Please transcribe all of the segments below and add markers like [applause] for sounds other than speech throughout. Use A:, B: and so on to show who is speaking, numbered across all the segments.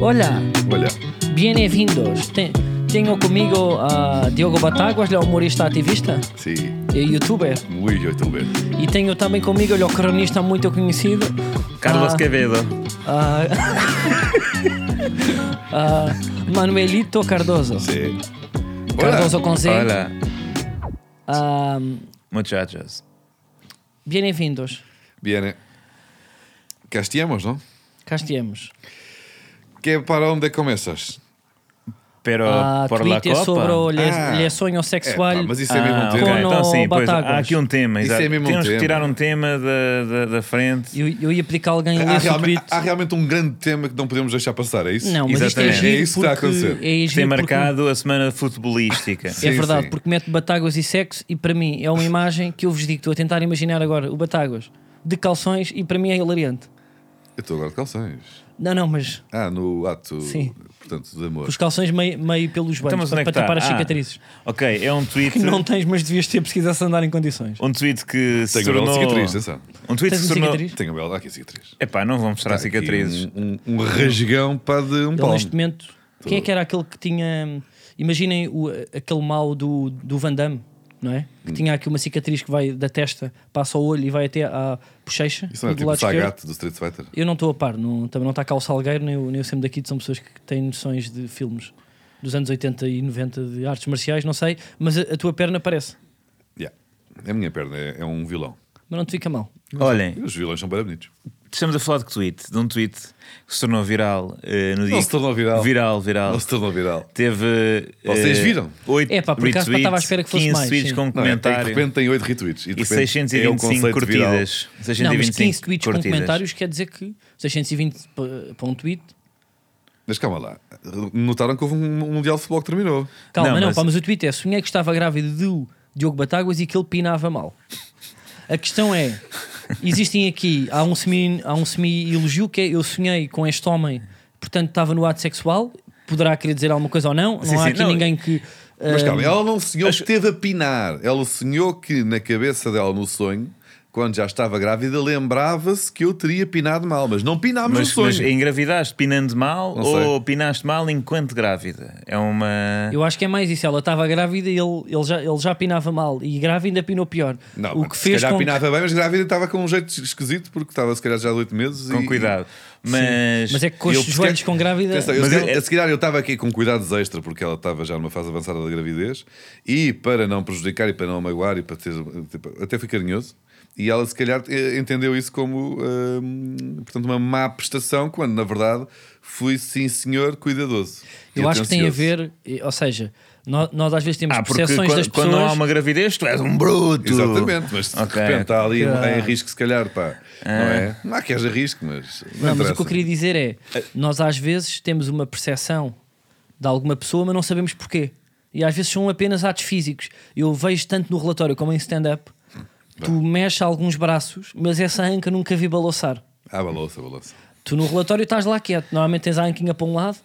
A: Hola,
B: Olha,
A: bienvenidos. Ten- Tenho comigo ah, Diogo Batáguas, ele é humorista ativista
B: sim,
A: e youtuber.
B: muito youtuber.
A: E tenho também comigo ele é um cronista muito conhecido.
C: Carlos
A: ah,
C: Quevedo.
A: ah, [laughs] ah, Manuelito Cardoso.
B: Sim.
A: Cardoso com Z.
C: Hola,
A: Ah,
C: muchachos.
A: Bem-vindos.
B: Viene. Castiamos, ¿no?
A: Cá estivemos.
B: ¿Qué, ¿Para dónde comienzas?
C: Pero
A: Ah,
C: por la
A: tweet é
C: copa.
A: sobre o le,
B: Ah.
A: sonho sexual.
B: Epá, mas isso é mesmo
C: Ah, ok.
B: tema.
A: Com
C: Então
A: o
C: sim, pois,
A: Batagas.
C: há aqui um tema.
B: Isso
C: Exato.
B: é mesmo um
C: Temos
B: tema.
C: que tirar um tema da, da, da frente.
A: Eu, eu ia pedir que alguém
C: Ah,
B: Há,
A: lesse o
B: realme-
A: tweet.
B: há realmente um grande tema que não podemos deixar passar, é isso?
A: Não, mas isto é
C: Exatamente.
A: giro
B: É isso que está a
A: porque-
B: acontecer.
A: É,
C: que Tem
A: giro porque-
C: marcado a
A: [laughs]
C: semana futebolística.
A: é
B: Sim,
A: verdade,
B: sim.
A: porque mete Batáguas e sexo e para mim é uma imagem que eu vos digo, estou a tentar imaginar agora o Batáguas de calções e para mim é hilariante. é-
B: Eu estou agora de calções.
A: Não, não, mas
B: Ah, no ato,
A: Sim.
B: portanto, de amor.
A: os calções meio, meio pelos
C: Então,
A: beijos
C: mas
A: para,
C: onde é que
A: para tapar as
C: tá? Ah,
B: [laughs]
A: cicatrizes.
C: ok, é um tweet.
A: Que não tens, mas devias ter pesquisado se andar em condições.
C: Um tweet que se
B: Tenho uma bela
C: tornou.
B: cicatriz, atenção.
C: Um
A: Tens
C: tweet que se
A: uma
C: tornou.
A: cicatriz?
B: Tenho uma bela. Aqui, cicatriz.
C: Epá, não vou mostrar
B: Está Tá aqui
C: cicatrizes.
B: Um, um, um rasgão para de um
A: Ele
B: palmo.
A: Então, neste momento, quem é que era aquele que tinha. Imaginem o, aquele mal do, do Van Damme, não é?
B: Hum.
A: Que tinha aqui uma cicatriz que vai da testa, passa ao olho e vai até à bochecha.
B: Isso não é
A: do
B: tipo
A: lado esquerdo.
B: Sagat do Street Fighter?
A: Eu não estou a par, não, também não está cá o Salgueiro, nem eu, nem eu sempre daqui, são pessoas que têm noções de filmes dos anos 80 e 90 de artes marciais, não sei, mas a, a tua perna parece,
B: Yeah. A minha perna é, é um vilão.
A: mas não te fica mal.
B: um-
C: Olhem,
B: E os vilões são bem bonitos.
C: estamos a falar de tweet, de um tweet que se tornou viral eh, no dia.
B: Não se tornou viral.
C: Viral, viral.
B: Não se tornou viral.
C: Teve.
B: Vocês
C: eh,
B: viram?
C: Oito
A: Epá, por acaso, pá,
C: retweets,
A: estava à espera que fosse
C: 15
A: mais,
C: tweets
A: sim.
C: com
B: Não, é, tem- de
C: Um comentário.
B: repente tem 8 retweets. E, de
C: E
B: repente é um
C: 625
B: conceito viral.
C: curtidas.
A: não, mas
C: 625
A: 15 tweets com comentários quer dizer que 620 pa- para um tweet.
B: Mas calma lá. Notaram que houve um um mundial de futebol que terminou.
A: Calma, não,
C: Não,
A: pá, mas...
C: mas-
A: o tweet é: sonhei que estava grávida do Diogo Batáguas e que ele pinava mal. A questão é: existem aqui, há um semi- há um semi-elogio que é eu sonhei com este homem, portanto estava no ato sexual, poderá querer dizer alguma coisa ou não,
C: Sim,
A: não há
C: sim,
A: aqui
C: não,
A: ninguém que.
B: Mas
A: ah,
C: Hum,
B: calma, ela não sonhou que esteve a pinar. Ela sonhou que na cabeça dela, no sonho, quando já estava grávida, lembrava-se que eu teria pinado mal. Mas não pinámos no
C: Mas, mas
B: sonho.
C: engravidaste pinando mal
B: Não sei.
C: ou pinaste mal enquanto grávida? É uma.
A: Eu acho que é mais isso. Ela estava grávida e ele, ele, já, ele já pinava mal. E grávida ainda pinou pior.
B: Não,
A: o
B: mas
A: que
B: se
A: fez
B: calhar
A: com que-
B: pinava bem, mas grávida estava com um jeito esquisito, porque estava se calhar já de 8 meses.
C: Com
B: e-
C: cuidado. Mas.
A: Mas é que com os
B: Eu, se
A: joelhos
B: calhar-
A: com grávida.
B: Atenção, eu,
C: Mas
B: se calhar-
C: é-
B: se calhar eu estava aqui com cuidados extra porque ela estava já numa fase avançada da gravidez e para não prejudicar e para não magoar e para ter, tipo, até fui carinhoso e ela se calhar eh, entendeu isso como hum, portanto uma má prestação quando na verdade fui sim senhor cuidadoso. e
A: Eu acho que tem a
B: atencioso.
A: ver, e- ou seja, nó- nós, às vezes temos
C: Ah, porque
A: percepções
C: quando,
A: das pessoas.
C: quando não há uma gravidez, tu és um bruto.
B: Exatamente, mas de
C: Ok. Ah.
B: repente está ali
A: Claro.
B: em risco se calhar pá, não é? Não há que haja risco, mas
A: Não,
B: não,
A: mas
B: interessa.
A: o que eu queria dizer é: nós às vezes temos uma percepção de alguma pessoa, mas não sabemos porquê. E às vezes são apenas atos físicos. Eu vejo tanto no relatório como em stand-up: tu mexes alguns braços, mas essa anca nunca vi balançar.
B: Ah, balança, balança.
A: Tu no relatório estás lá quieto, normalmente tens a anquinha para um lado,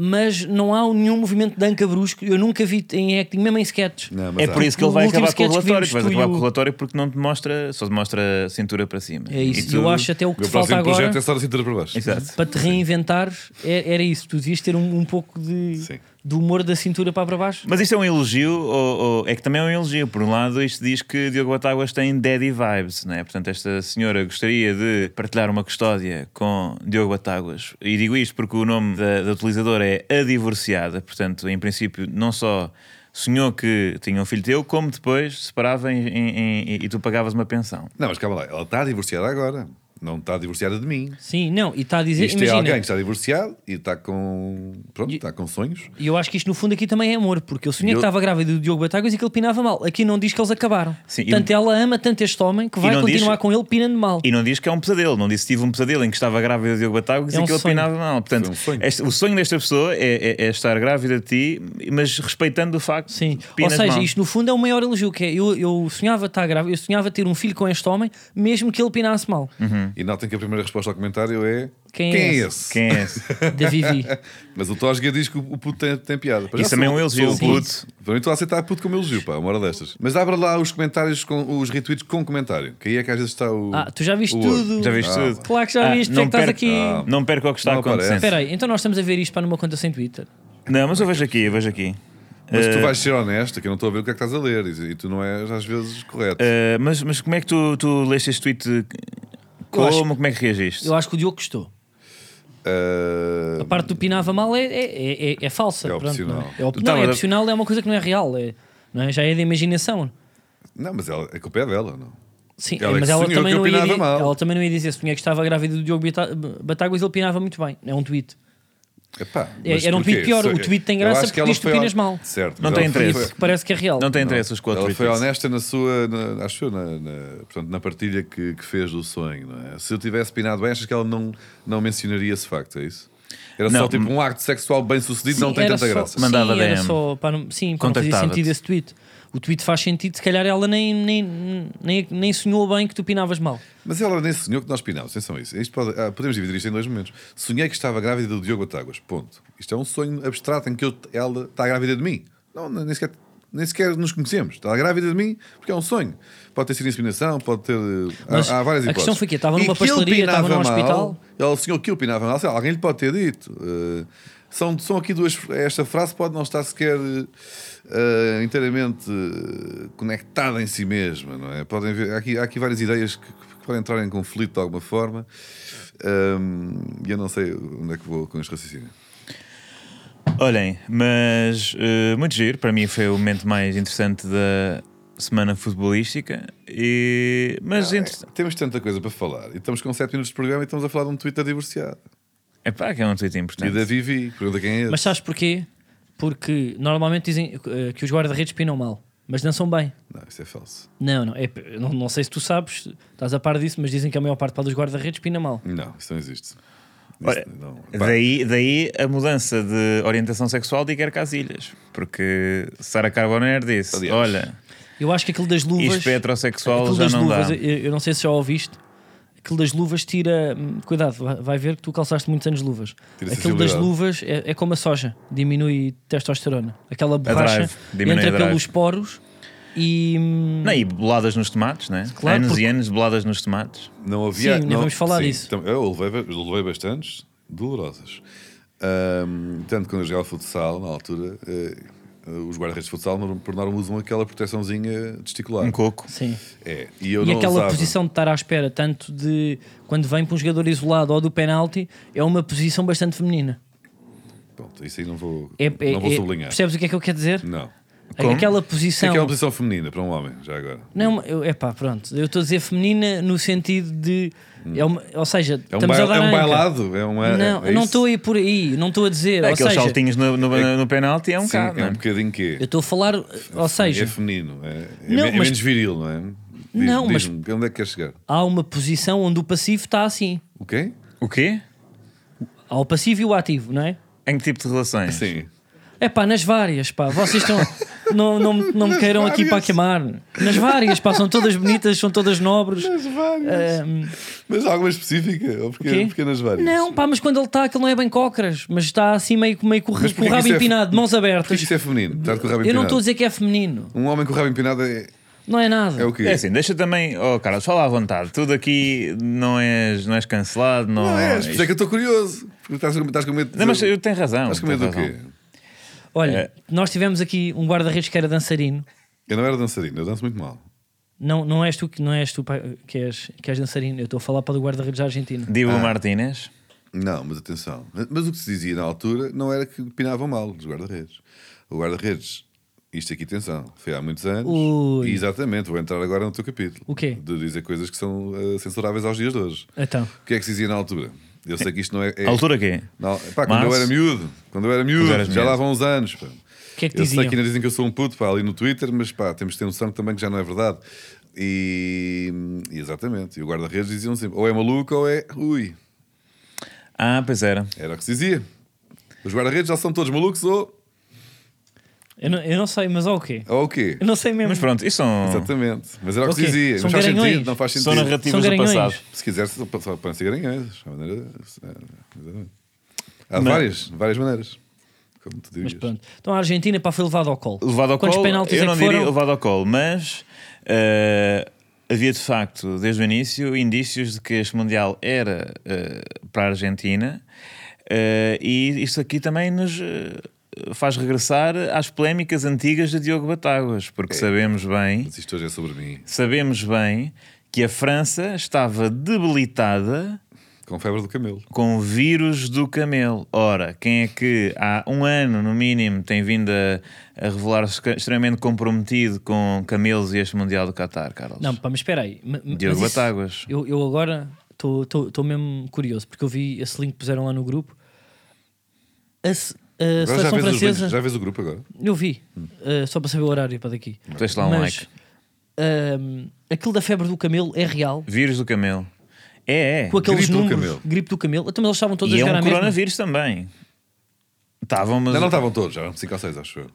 A: mas não há nenhum movimento de anca brusco. Eu nunca vi em acting, mesmo em sketches.
B: Não, mas
C: É
B: há-
C: por isso que
A: O
C: ele vai
A: último
C: acabar com o
A: sketch que vimos,
C: relatório. Tu vais
A: tu e
C: acabar com
A: o-
C: o relatório porque não te mostra, só te mostra a cintura para cima.
A: É
C: E
A: isso.
C: tu-
A: Eu acho até o que
B: meu
A: te falta
B: próximo
A: agora.
B: projeto é só da cintura para baixo.
C: Exato.
A: para te reinventar é, era isso. Tu devias ter um, um pouco de,
B: Sim.
A: de humor da cintura para baixo.
C: Mas isto é um elogio, ou, ou- é que também é um elogio. Por um lado, isto diz que Diogo Batáguas tem daddy vibes, não é? Portanto, esta senhora gostaria de partilhar uma custódia com Diogo Batáguas. E digo isto porque o nome da, da utilizadora é A Divorciada. Portanto, em princípio, não só sonhou que tinha um filho teu, como depois separava em- em- em- e tu pagavas uma pensão.
B: Não, mas calma lá, ela está divorciada agora. Não está divorciada de mim.
A: Sim, não, e está a dizer.
B: Isto é
A: imagina,
B: alguém que está divorciado e está com. Pronto, está com sonhos.
A: E eu acho que isto no fundo aqui também é amor, porque eu sonhei que
B: Eu-
A: estava grávida do Diogo Batáguas e que ele pinava mal. Aqui não diz que eles acabaram.
C: Sim, e-
A: Tanto ela ama tanto este homem que
C: E
A: vai
C: não diz-
A: continuar com ele pinando mal.
C: E não diz que é um pesadelo, não disse que tive um pesadelo em que estava grávida de Diogo Batáguas
A: É um
C: e que ele
A: sonho.
C: opinava mal. Portanto,
B: Foi um sonho.
C: este- o sonho desta pessoa é, é- é estar grávida de ti, mas respeitando o facto
A: Sim,
C: de que
A: ou
C: pinas
A: seja,
C: mal.
A: isto no fundo é o maior elogio que é. Eu, eu sonhava estar grávida, eu sonhava ter um filho com este homem, mesmo que ele pinasse mal.
B: E notem que a primeira resposta ao comentário é
A: Quem é
B: esse?
C: Quem é
B: [laughs]
C: esse?
A: Da Vivi.
C: [laughs]
B: Mas o Tosga diz que o o puto tem, tem piada. Para
C: Isso
B: já
C: também é um
B: sou-
C: elogio,
B: sou um
C: puto.
B: Para mim estou a aceitar puto como elogio, pá, uma hora destas. Mas abra lá os comentários, com os retweets com comentário. Que aí é que às vezes está o...
A: Ah, tu já viste
B: o ouro.
A: tudo.
C: Já viste tudo?
A: Claro que já
C: Ah,
A: viste,
C: não
A: já que estás
C: perca-
A: aqui.
B: Ah.
C: Não perca o que está
B: Não aparece.
C: acontecendo.
A: Espera aí, então nós estamos a ver isto para numa conta sem Twitter.
C: Não, mas eu vejo aqui, eu vejo aqui.
B: Mas tu
C: Eh,
B: vais ser honesto, que eu não estou a ver o que é que estás a ler. E, e tu não és às vezes correto.
C: eh, mas, mas como é que tu, tu leste este tweet? Como?
A: acho-
C: Como é que reagiste?
A: Eu acho que o Diogo gostou.
B: Ah,
A: A parte do Pinava Mal é, é, é, é falsa.
B: É
A: pronto,
B: opcional.
A: não é? É op-
C: Tu
A: não,
C: tavas
A: é
C: a-
A: opcional, é uma coisa que não é real. É, não é? Já é da imaginação.
B: Não, mas ela, a culpa é dela, não?
A: Sim,
B: Ela é
A: mas
B: que
A: ela
B: sonhou
A: também,
B: que
A: não ia,
B: opinava
A: di-
B: mal.
A: ela também não ia dizer se tinha que estava grávida do Diogo Bita- Batáguas, ele pinava muito bem. É um tweet.
B: Epá,
A: É-
B: mas
A: era um
B: porquê?
A: tweet pior.
B: Só-
A: O tweet tem
B: eu
A: graça
B: acho que
A: porque
B: ela
A: diz que
B: foi
A: opinas
B: hon-
A: mal.
B: Certo.
C: Não
B: mas
C: tem
B: ela foi-
C: interesse.
A: Que parece que é real.
C: Não tem interesse os quatro
B: Ela foi
C: tweets.
B: honesta na sua, na, acho eu, na, na, portanto, na partilha que, que fez do sonho, não é? Se eu tivesse pinado bem, achas que ela não, não mencionaria esse facto, é isso? Era
C: Não,
B: só tipo
C: m-
B: um acto sexual bem sucedido, não tem
A: era
B: tanta
A: só-
B: graça.
C: Mandava
A: sim, era
C: DM.
A: só para não- sim, para não fazer
C: Contactava-te.
A: sentido esse tweet. O tweet faz sentido, se calhar ela nem, nem, nem, nem sonhou bem que tu pinavas mal.
B: Mas ela nem sonhou que nós pinámos, atenção a isso. Isto pode- ah, podemos dividir isto em dois momentos. Sonhei que estava grávida do Diogo Atáguas, ponto. Isto é um sonho abstrato em que eu- ela está grávida de mim. Não, nem sequer, nem sequer nos conhecemos. Está grávida de mim porque é um sonho. Pode ter sido inseminação, pode ter... há-
A: Mas
B: há, várias
A: a
B: hipóteses.
A: questão foi que estava
B: E
A: numa
B: que ele
A: pastelaria, estava
B: pinava
A: num
B: mal,
A: hospital?
B: Ele sonhou que eu pinava mal, sei lá, alguém lhe pode ter dito. Eh, são, são aqui duas. Esta frase pode não estar sequer eh, inteiramente eh, conectada em si mesma, não é? Podem ver, há aqui, há aqui várias ideias que, que podem entrar em conflito de alguma forma. Ahm, E eu não sei onde é que vou com este raciocínio.
C: Olhem, mas eh, muito giro, para mim foi o momento mais interessante da semana futebolística. E,
A: Ah,
C: mas
A: é.
C: entre...
B: Temos tanta coisa para falar. E estamos com 7 minutos de programa e estamos a falar de um Twitter divorciado.
C: é pá, que é um tweet
B: E
C: importante.
B: da Vivi, pergunta quem é. esse.
A: Mas sabes porquê? Porque normalmente dizem eh, que os guarda-redes pinam mal, mas dançam bem.
B: Não, isso é falso.
A: Não, não, é, eu não, não sei se tu sabes, estás a par disso, mas dizem que a maior parte pá, dos guarda-redes pina mal.
B: Não, isso não existe. Isso
C: Olha,
B: não- pá.
C: Daí, daí a mudança de orientação sexual de Iker Casilhas, porque Sara Carbonero disse:
B: Aliás.
C: Olha,
A: Eu acho que aquilo das luvas.
C: isto é heterossexual,
A: aquilo
C: já
A: das
C: não
A: luvas,
C: dá.
A: eu, eu não sei se já ouviste. Aquilo das luvas tira. hum, Cuidado, vai- vai ver que tu calçaste muitos anos luvas.
B: Tira
A: Aquilo das
B: sensibilidade.
A: luvas é, é como a soja, diminui testosterona. Aquela borracha
C: drive, diminui a
A: entra
C: drive.
A: pelos poros e. hum,
C: Não, e boladas nos tomates, né?
A: Claro,
C: anos
A: porque-
C: e anos de boladas nos tomates.
B: Não havia.
A: Sim, ainda
B: não-
A: vamos falar disso.
B: então, eu levei, levei bastantes, dolorosas. Ahm, tanto quando eu jogava futsal, na altura, eh, os guarda-redes de futsal não- por norma usam aquela proteçãozinha testicular.
C: Um coco.
A: Sim.
B: É, e eu
A: e
B: não
A: aquela
B: usava.
A: posição de estar à espera, tanto de quando vem para um jogador isolado ou do penalti, é uma posição bastante feminina.
B: Pronto, isso aí não vou,
A: É, é-
B: não vou
A: é-
B: sublinhar.
A: percebes o que é que eu quero dizer?
B: Não.
C: Como?
A: Aquela
B: Isso é
A: posição.
B: que é uma posição feminina para um homem, já agora.
A: Não, é pá, pronto. Eu estou a dizer feminina no sentido de. É uma, ou seja,
B: É um,
A: estamos
B: bail-
A: a dar
B: é um
A: anca.
B: bailado. É uma,
A: Não,
B: é
A: eu não
B: isso? É
A: estou a ir por aí, não estou a dizer. ou
C: Aqueles
A: seja,
C: saltinhos no, no, no penalti é um
B: Sim,
C: bocado,
B: é um
C: né?
B: bocadinho que
A: eu estou a falar, ou
B: é
A: seja,
B: feminino. É, é
A: Não,
B: me- é
A: mas-
B: menos viril, não é?
A: Não, mas-
B: diz-me, Onde é que queres chegar?
A: há uma posição onde o passivo está assim.
B: O quê?
C: O quê?
A: Há o passivo e o ativo, não é?
C: Em que tipo de relações?
B: Sim.
A: É pá, nas várias, pá, vocês
B: [laughs]
A: estão. Não, não, me- não me
B: Nas
A: queiram aqui para
B: várias.
A: queimar. Nas várias, pá, são todas bonitas, são todas nobres.
B: É,
A: Ahm,
B: Mas alguma específica? Ou porque,
A: O quê?
B: porque é nas várias?
A: não, pá, mas quando ele está, aquilo não é bem cócaras, mas está assim meio, meio com, o ra- com
B: Mas
A: o
B: porquê que
A: rabo
B: isso é-
A: empinado, de mãos
B: Porquê
A: abertas.
B: que isso é feminino? Estar com o rabo
A: Eu não estou
B: empinado?
A: a dizer que é feminino,
B: Um homem com o rabo empinado é,
A: não é nada.
B: é o quê?
C: É assim, deixa também, oh Carlos, fala à vontade. Tudo aqui não és, não és cancelado, não,
B: Não é, por
C: isto-
B: isso é que eu estou curioso. Porque estás, com- estás com medo de
C: Não, mas
B: dizer-
C: eu tenho razão.
B: Estás com
C: tenho
B: medo do
C: razão.
B: quê?
C: é.
A: Olha, nós tivemos aqui um guarda-redes que era dançarino.
B: Eu não era dançarino, eu danço muito mal.
A: Não, não és tu que não és tu pá, que és, que és dançarino. Eu estou a falar para o guarda-redes argentino.
C: Dibu
B: Ah.
C: Martínez.
B: Não, mas atenção. Mas, mas o que se dizia na altura não era que pinavam mal os guarda-redes. O guarda-redes, isto aqui, atenção, foi há muitos anos.
A: Ui.
B: E exatamente, vou entrar agora no teu capítulo.
A: O quê?
B: De dizer coisas que são eh, censuráveis aos dias de hoje.
A: Então,
B: O que é que se dizia na altura? Eu sei que isto não é. é-
C: Altura quê?
B: Não, pá, quando
C: Março?
B: eu era miúdo, quando eu era miúdo,
C: Quando eras
B: já
C: miúdo.
B: lá vão uns anos. Pá.
A: que é que
B: eu sei
A: diziam?
B: que ainda dizem que eu sou um puto pá, ali no Twitter, mas pá, temos de ter noção que também que já não é verdade. E, e exatamente, e o guarda-redes diziam sempre: ou é maluco ou é ui.
C: Ah, pois era.
B: Era o que se dizia. Os guarda-redes já são todos malucos ou.
A: Eu não, eu não sei, mas ao quê?
B: Ou o quê?
A: Eu não sei mesmo.
C: Mas pronto, isso são,
B: Exatamente. Mas era o que
A: Ok,
B: se dizia.
A: são
B: Não faz
A: garanhões.
B: sentido, não faz
C: são
B: sentido.
C: narrativas
A: São
C: do
A: garanhões.
C: passado.
B: Se quiser, só- só põe-se garanhões. Há maneira- Há
C: Mas-
B: várias, várias maneiras. Como tu
A: Mas
B: dirias.
A: pronto. Então a Argentina para foi levado ao colo.
C: Levado ao
A: Quantos
C: colo,
A: penaltis
C: eu
A: é
C: não
A: que
C: diria
A: foram?
C: levado ao colo, mas eh, havia de facto, desde o início, indícios de que este Mundial era eh, para a Argentina eh, e isto aqui também nos eh, faz regressar às polémicas antigas de Diogo Batáguas, porque sabemos bem,
B: Mas isto hoje é sobre mim.
C: sabemos bem que a França estava debilitada
B: Com febre do camelo.
C: com o vírus do camelo. Ora, quem é que há um ano, no mínimo, tem vindo a, a revelar-se ca- extremamente comprometido com camelos e este Mundial do Qatar, Carlos?
A: Não, pá, mas espera aí. Ma- ma-
C: Diogo
A: mas isso-
C: Batáguas.
A: Eu, eu agora estou mesmo curioso, porque eu vi esse link que puseram lá no grupo. A, se- a
B: Agora já
A: seleção
B: vês, os
A: francesa.
B: links, já vês o grupo agora?
A: Eu vi, eh, só para saber o horário para daqui.
C: Deixa lá um like.
A: ehm, aquilo da febre do camelo é real.
C: Vírus do camelo. É, é.
A: Com aqueles
B: Gripe do
A: números,
B: camelo.
A: gripe do camelo. Então, mas eles estavam todos
C: E
A: a
C: é
A: jogar
C: um
A: à mesma.
C: coronavírus também. Estavam, mas.
B: Não, não estavam todos, já eram 5 ou 6, acho eu.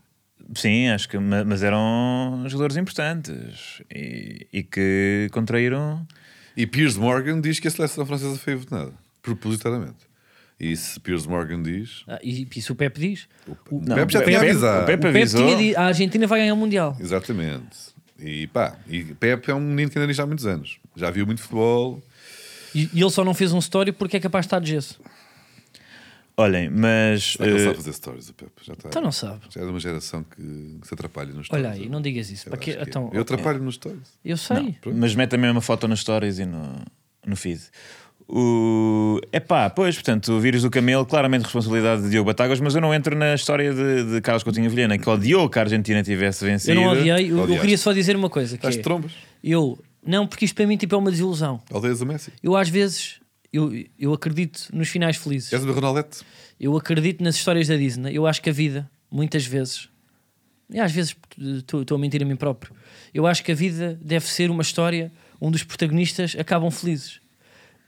C: Sim, acho que. ma- Mas eram jogadores importantes e, e que contraíram.
B: E Piers Morgan diz que a seleção francesa foi votada, propositadamente. E se Piers Morgan diz.
A: Ah, e, e isso o Pepe diz. O,
B: o Pepe já
C: o
B: tinha
C: Pepe-
B: avisado.
C: o Pepe-
A: o Pepe
C: avisou.
A: tinha dito, a Argentina vai ganhar o Mundial.
B: Exatamente. E pá, e Pepe é um menino que anda nisto há muitos anos. Já viu muito futebol.
A: E, e ele só não fez um story porque é capaz de estar de gesso.
C: Olhem, mas.
B: Será que ele
C: eh,
B: sabe fazer stories, o Pepe? Já está.
A: Então não sabe.
B: Já é de uma geração que, que se atrapalha nos stories.
A: Olha aí, não digas isso.
B: Eu,
A: Para
B: acho
A: quê?
B: que é.
A: então,
B: eu atrapalho nos stories.
A: eu sei.
B: Pronto.
C: Mas mete também uma foto nas stories e no, no feed. O... Epá, pois, portanto, o vírus do camelo, claramente responsabilidade de Diogo Batagas, mas eu não entro na história de, de Carlos Coutinho Vilhena, que odiou que a Argentina tivesse
A: Eu
C: vencido.
A: não odiei. Eu, eu
B: Odiaste.
A: queria só dizer uma coisa. Que
B: Estás
A: é,
B: de trombas.
A: eu, não, porque isto para mim tipo, é uma desilusão.
B: Aldeias o Messi.
A: Eu às vezes, eu, eu acredito nos finais felizes.
B: És o meu Ronaldete.
A: Eu acredito nas histórias da Disney. Eu acho que a vida, muitas vezes, e às vezes estou a mentir a mim próprio, eu acho que a vida deve ser uma história onde os protagonistas acabam felizes.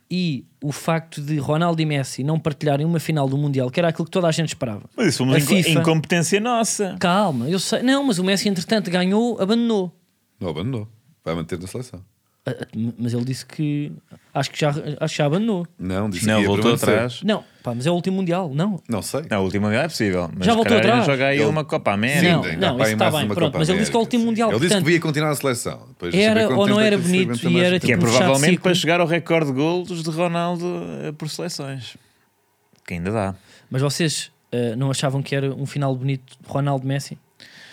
A: E o facto de Ronaldo e Messi não partilharem uma final do Mundial, que era aquilo que toda a gente esperava.
C: Mas isso foi uma
A: A
C: inco-
A: FIFA.
C: incompetência nossa.
A: Calma, eu sei. Não, mas o Messi, entretanto, ganhou, abandonou.
B: Não abandonou. Vai manter na seleção.
A: Ah, ah, Mas ele disse que. Acho que já, acho que já abandonou.
B: Não, disse
C: Não,
B: que ia
C: voltou
B: permanecer.
C: atrás.
A: Não, pá, mas é o último Mundial. Não,
B: Não sei.
C: Na última é possível. Mas
A: Já voltou
C: caralho,
A: atrás?
C: Joga aí
B: Ele-
C: uma Copa
B: Sim,
A: Não,
C: América.
B: tem-
A: não, isso
B: pá, aí
A: está
B: mais
A: bem,
B: uma
A: pronto,
B: Copa
A: mas ele disse que é o
B: América,
A: último
B: sim.
A: Mundial,
B: Ele disse que
A: portanto-
B: devia continuar na seleção. Depois não sei
A: Era
B: bem quanto
A: ou não
B: tempo é
A: era
B: que ele
A: bonito
B: experimenta
A: e
B: mais
A: era
B: tempo.
C: Que é
A: Tipo um
C: provavelmente
A: chato
C: para
A: ciclo.
C: chegar ao recorde de golos de Ronaldo eh, por seleções. Que ainda dá.
A: mas vocês ah, não achavam que era um final bonito Ronaldo-Messi? tipo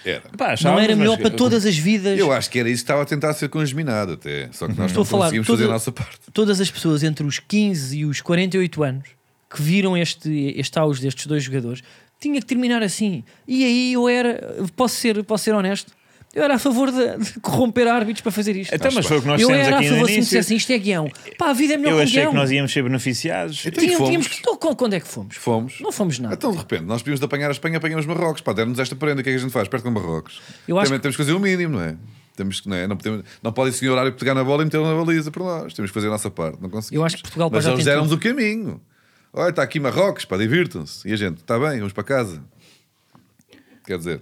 B: Era.
C: Pá,
A: Não
C: achávamos,
A: era melhor
C: mas-
A: para todas as vidas,
B: Eu acho que era isso que estava a tentar ser congeminado até. Só que nós
A: Uhum. Estou
B: não
A: a falar,
B: conseguimos
A: todo-
B: fazer a nossa parte.
A: todas as pessoas entre os 15 e os 48 anos que viram este, este auge destes dois jogadores, tinha que terminar assim. E aí eu era, posso ser, posso ser honesto, eu era a favor de, de corromper árbitros para fazer isto.
C: Até, Então, mas foi o que nós
A: eu
C: temos
A: era a
C: aqui no
A: favor se me
C: início.
A: dissessem isto é guião. Pá, a vida é melhor
C: Eu
A: que um
C: achei
A: guião.
C: que nós íamos ser beneficiados.
B: Então,
A: Tinha-
B: fomos.
A: tínhamos que- Então, Quando é que fomos?
B: Fomos.
A: Não fomos nada.
B: Então, de repente, nós podíamos apanhar a Espanha, apanhamos Marrocos. Pá, deram-nos esta prenda. O que é que a gente faz? Perto com Marrocos.
A: Eu acho
B: Também
A: que-
B: temos que fazer o mínimo, não é? Temos que, não, é? Não, podemos, não pode esse horário pegar na bola e metê-la na baliza por nós. Temos que fazer a nossa parte. Não conseguimos.
A: Eu acho que Portugal, pá,
B: Mas
A: já
B: eles
A: tem
B: deram-nos o caminho. Olha, está aqui Marrocos, pá, divirtam-se. E a gente, está bem, vamos para casa. Quer dizer,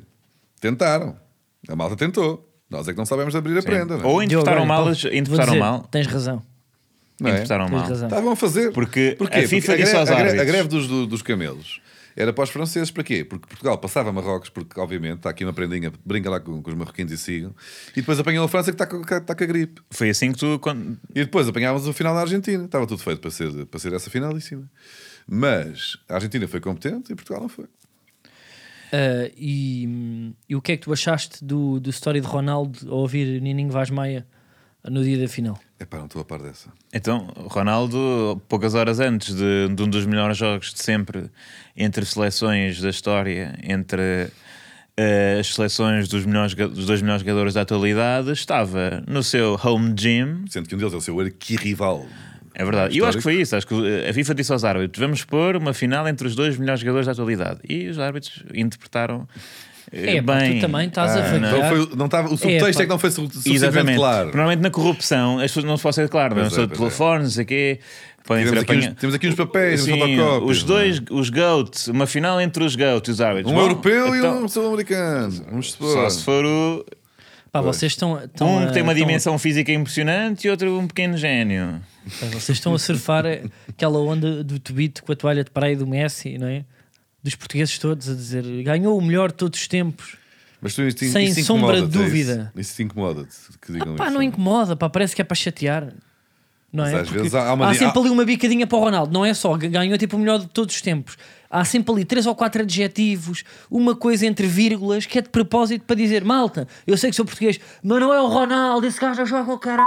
B: tentaram. A malta tentou. Nós é que não sabemos abrir a prenda. Não é?
C: Ou interpretaram
A: Diogo,
C: mal,
A: olha,
C: as-
A: Paulo,
C: interpretaram
A: vou dizer,
C: mal.
A: Tens razão.
B: Não é?
C: Interpretaram
A: Tens
C: mal.
A: razão.
B: Estavam a fazer.
C: Porque
B: Porquê?
C: a FIFA
B: Porque
C: disse aos
B: a, greve,
C: árbitros.
B: a greve dos, do- dos camelos era para os franceses. Para quê? Porque Portugal passava a Marrocos, porque obviamente está aqui uma prendinha, brinca lá com, com os marroquinos e sigam. E depois apanhou a França que está, com- que está com a gripe.
C: Foi assim que tu. con-
B: E depois apanhávamos o final da Argentina. Estava tudo feito para ser, para ser essa finalíssima. Mas a Argentina foi competente e Portugal não foi.
A: Ah, e, e o que é que tu achaste do, do story de Ronaldo a ouvir Nininho Vaz Maia no dia da final?
B: Epá, não estou a par dessa.
C: Então, Ronaldo, poucas horas antes de, de um dos melhores jogos de sempre, entre seleções da história, entre eh, as seleções dos, melhores, joga- dos dois melhores jogadores da atualidade, estava no seu home gym.
B: Sendo que um deles é o seu arquirrival.
C: É verdade. E eu acho que foi isso. Acho que eh, a FIFA disse aos árbitros: vamos pôr uma final entre os dois melhores jogadores da atualidade. E os árbitros interpretaram eh,
A: É, pá,
C: bem.
A: tu também estás a vagar.
B: Então foi- não estava, o subtexto
A: pá.
B: é, que não foi su- suficientemente
C: Exatamente.
B: claro.
C: Normalmente na corrupção as pessoas não se podem ser claras, não
B: Pois
C: é?
B: é,
C: Só de
B: pois
C: telefones, não sei o quê. Podem
B: Temos
C: ser
B: aqui, uns,
C: apanha-
B: temos aqui uns papéis, uns
C: Sim,
B: fotocópias.
C: os dois, os GOATs, uma final entre os GOATs e os árbitros.
B: é? Um
C: Bom,
B: europeu e
C: então,
B: um sul-americano. Vamos
C: Só
B: supor.
C: se for o.
A: Pá, vocês estão. estão
C: Um
A: a-
C: que tem uma
A: estão a-
C: dimensão física impressionante e outro um pequeno gênio.
A: pá, vocês estão a
B: [laughs]
A: surfar aquela onda do tubito com a toalha de praia do Messi, não é? Dos portugueses todos a dizer ganhou o melhor de todos os tempos.
B: Mas tu, isto,
A: Sem
B: isto
A: sombra de
B: incomoda-te, é isso?
A: dúvida.
B: Isso, te incomoda-te que digam
A: Pá,
B: isso.
A: não incomoda, pá, parece que é para chatear. Não
B: Mas
A: é?
B: às
A: Porque
B: vezes há- há uma di-
A: sempre
B: há-
A: ali uma bicadinha para o Ronaldo, não é só g- ganhou tipo o melhor de todos os tempos. Há sempre ali três ou quatro adjetivos, uma coisa entre vírgulas que é de propósito para dizer malta. Eu sei que sou português, mas não é o Ronaldo, esse gajo joga o caralho.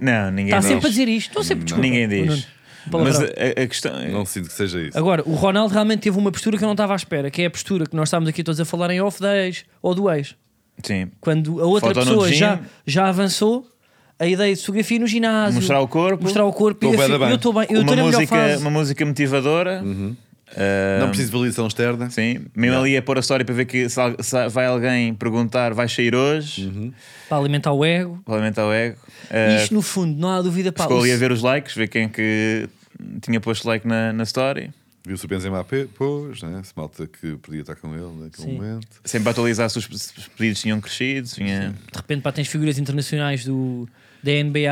C: Não, ninguém
A: Está
C: diz.
A: sempre a dizer isto, estou sempre desculpa.
C: Ninguém
A: o
C: diz.
A: Nuno,
C: Mas eh,
A: palavrão.
C: a, a- a questão. é,
B: Não sinto que seja isso.
A: Agora, o Ronaldo realmente teve uma postura que eu não estava à espera, que é a postura que nós estávamos aqui todos a falar em off da ex ou do ex.
C: Sim.
A: Quando a outra
C: Foto no
A: pessoa
C: gym.
A: já, já avançou, a ideia de fotografia no ginásio,
C: Mostrar o corpo.
A: mostrar o corpo,
B: Tô
A: e
B: bué
A: assim,
B: da bem.
A: eu estou bem, eu estou
C: uma,
A: na melhor
C: música,
A: fase.
C: uma música motivadora.
B: Uhum.
C: Ah,
B: não preciso de validação externa.
C: Sim, mesmo ali a pôr a história para ver que se, al- se vai alguém perguntar, vai sair hoje,
B: Uhum.
A: Para alimentar o ego.
C: para alimentar o ego.
A: E
C: Ah,
A: isto, no fundo, não é há dúvida. Pá,
C: ficou
A: o-
C: ali a ver os likes, ver quem que tinha posto like na, na story.
B: Viu-se o Benzema P- pois, né? Esse malta que podia estar com ele naquele
A: Sim.
B: momento.
C: Sempre a atualizar se os se os pedidos tinham crescido. se Tinha...
A: de repente, pá, tens figuras internacionais do, da NBA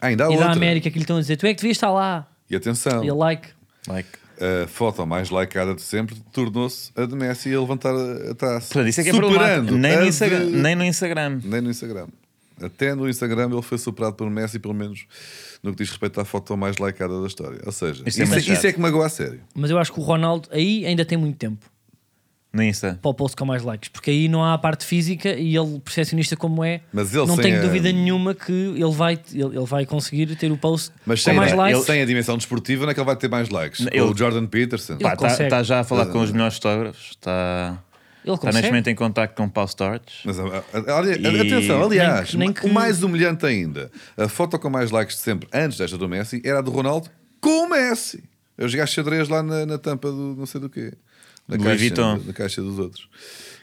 B: Ah, ainda há
A: e
B: outra.
A: da América que lhe estão a dizer: tu é que devias estar lá.
B: E atenção,
A: E a like.
C: Like.
B: a foto mais likeada de sempre tornou-se a de Messi a levantar a a taça.
C: Portanto, isso é que é
B: superando
C: problemático. Nem
B: a
C: no,
B: de-
C: Instagram, nem no Instagram.
B: nem no Instagram. Até no Instagram ele foi superado por Messi, pelo menos no que diz respeito à foto mais likeada da história. Ou seja,
C: Isto é
B: isso, é,
C: mais chato.
B: isso é que magoa a sério.
A: Mas eu acho que o Ronaldo aí ainda tem muito tempo
C: No Insta.
A: para o post com mais likes, porque aí não há a parte física e ele, percepcionista como é,
B: Mas ele
A: não
B: sem
A: tenho
B: a-
A: dúvida nenhuma que ele vai, ele, ele vai conseguir ter o post
B: Mas
A: com
B: sem,
A: mais
B: ele-
A: likes.
B: sem a dimensão desportiva, não é que ele vai ter mais likes.
C: é? Ele-
B: O Jordan Peterson.
A: Ele
C: Está
A: consegue.
C: tá já a falar com os melhores fotógrafos. Está
A: Ele
C: tá neste
A: consegue.
C: momento em contacto com o Paul Storch.
B: Mas, a- a- ali-
C: E-
B: Atenção, aliás,
A: Nem que- nem
B: o
A: que-
B: mais humilhante ainda, a foto com mais likes de sempre, antes desta do Messi, era a do Ronaldo com o Messi. Eu jogar xadrez lá na, na tampa do não sei do quê. Na
C: Do
B: caixa,
C: Louis Vuitton.
B: na caixa dos outros.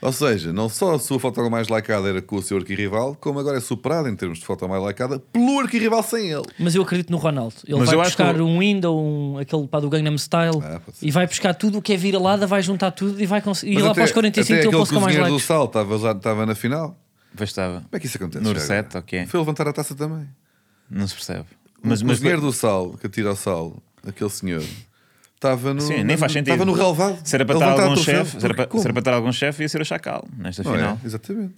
B: Ou seja, não só a sua foto mais likeada era com o seu arquirrival, como agora é superada em termos de foto mais likeada pelo arquirrival sem ele.
A: Mas eu acredito no Ronaldo. Ele
C: Mas
A: vai
C: eu acho
A: buscar
C: que o-
A: um window, um, aquele pá do Gangnam Style,
B: Ah, pode ser.
A: e vai buscar tudo o que é viralada, vai juntar tudo e vai conseguir. E
B: Mas
A: lá
B: até-
A: para os 45
B: até
A: tem o
B: aquele
A: posto com mais
B: cozinheiro do
A: likes.
B: sal estava, já- estava na final.
C: Pois estava.
B: Como é que isso acontece?
C: No
B: já
C: reset,
B: agora?
C: ok.
B: Foi levantar a taça também.
C: Não se percebe.
B: Mas, o Um cozinheiro do sal, que atira o sal, aquele senhor, estava no.
C: Sim, nem faz sentido.
B: Estava no relevado.
C: Se era para
B: Ele
C: estar
B: levantava
C: algum
B: a torcida,
C: chefe, se era
B: porque
C: para- se era
B: como?
C: para estar algum chefe, ia ser o Chacal nesta
B: Não é?
C: final.
B: Exatamente.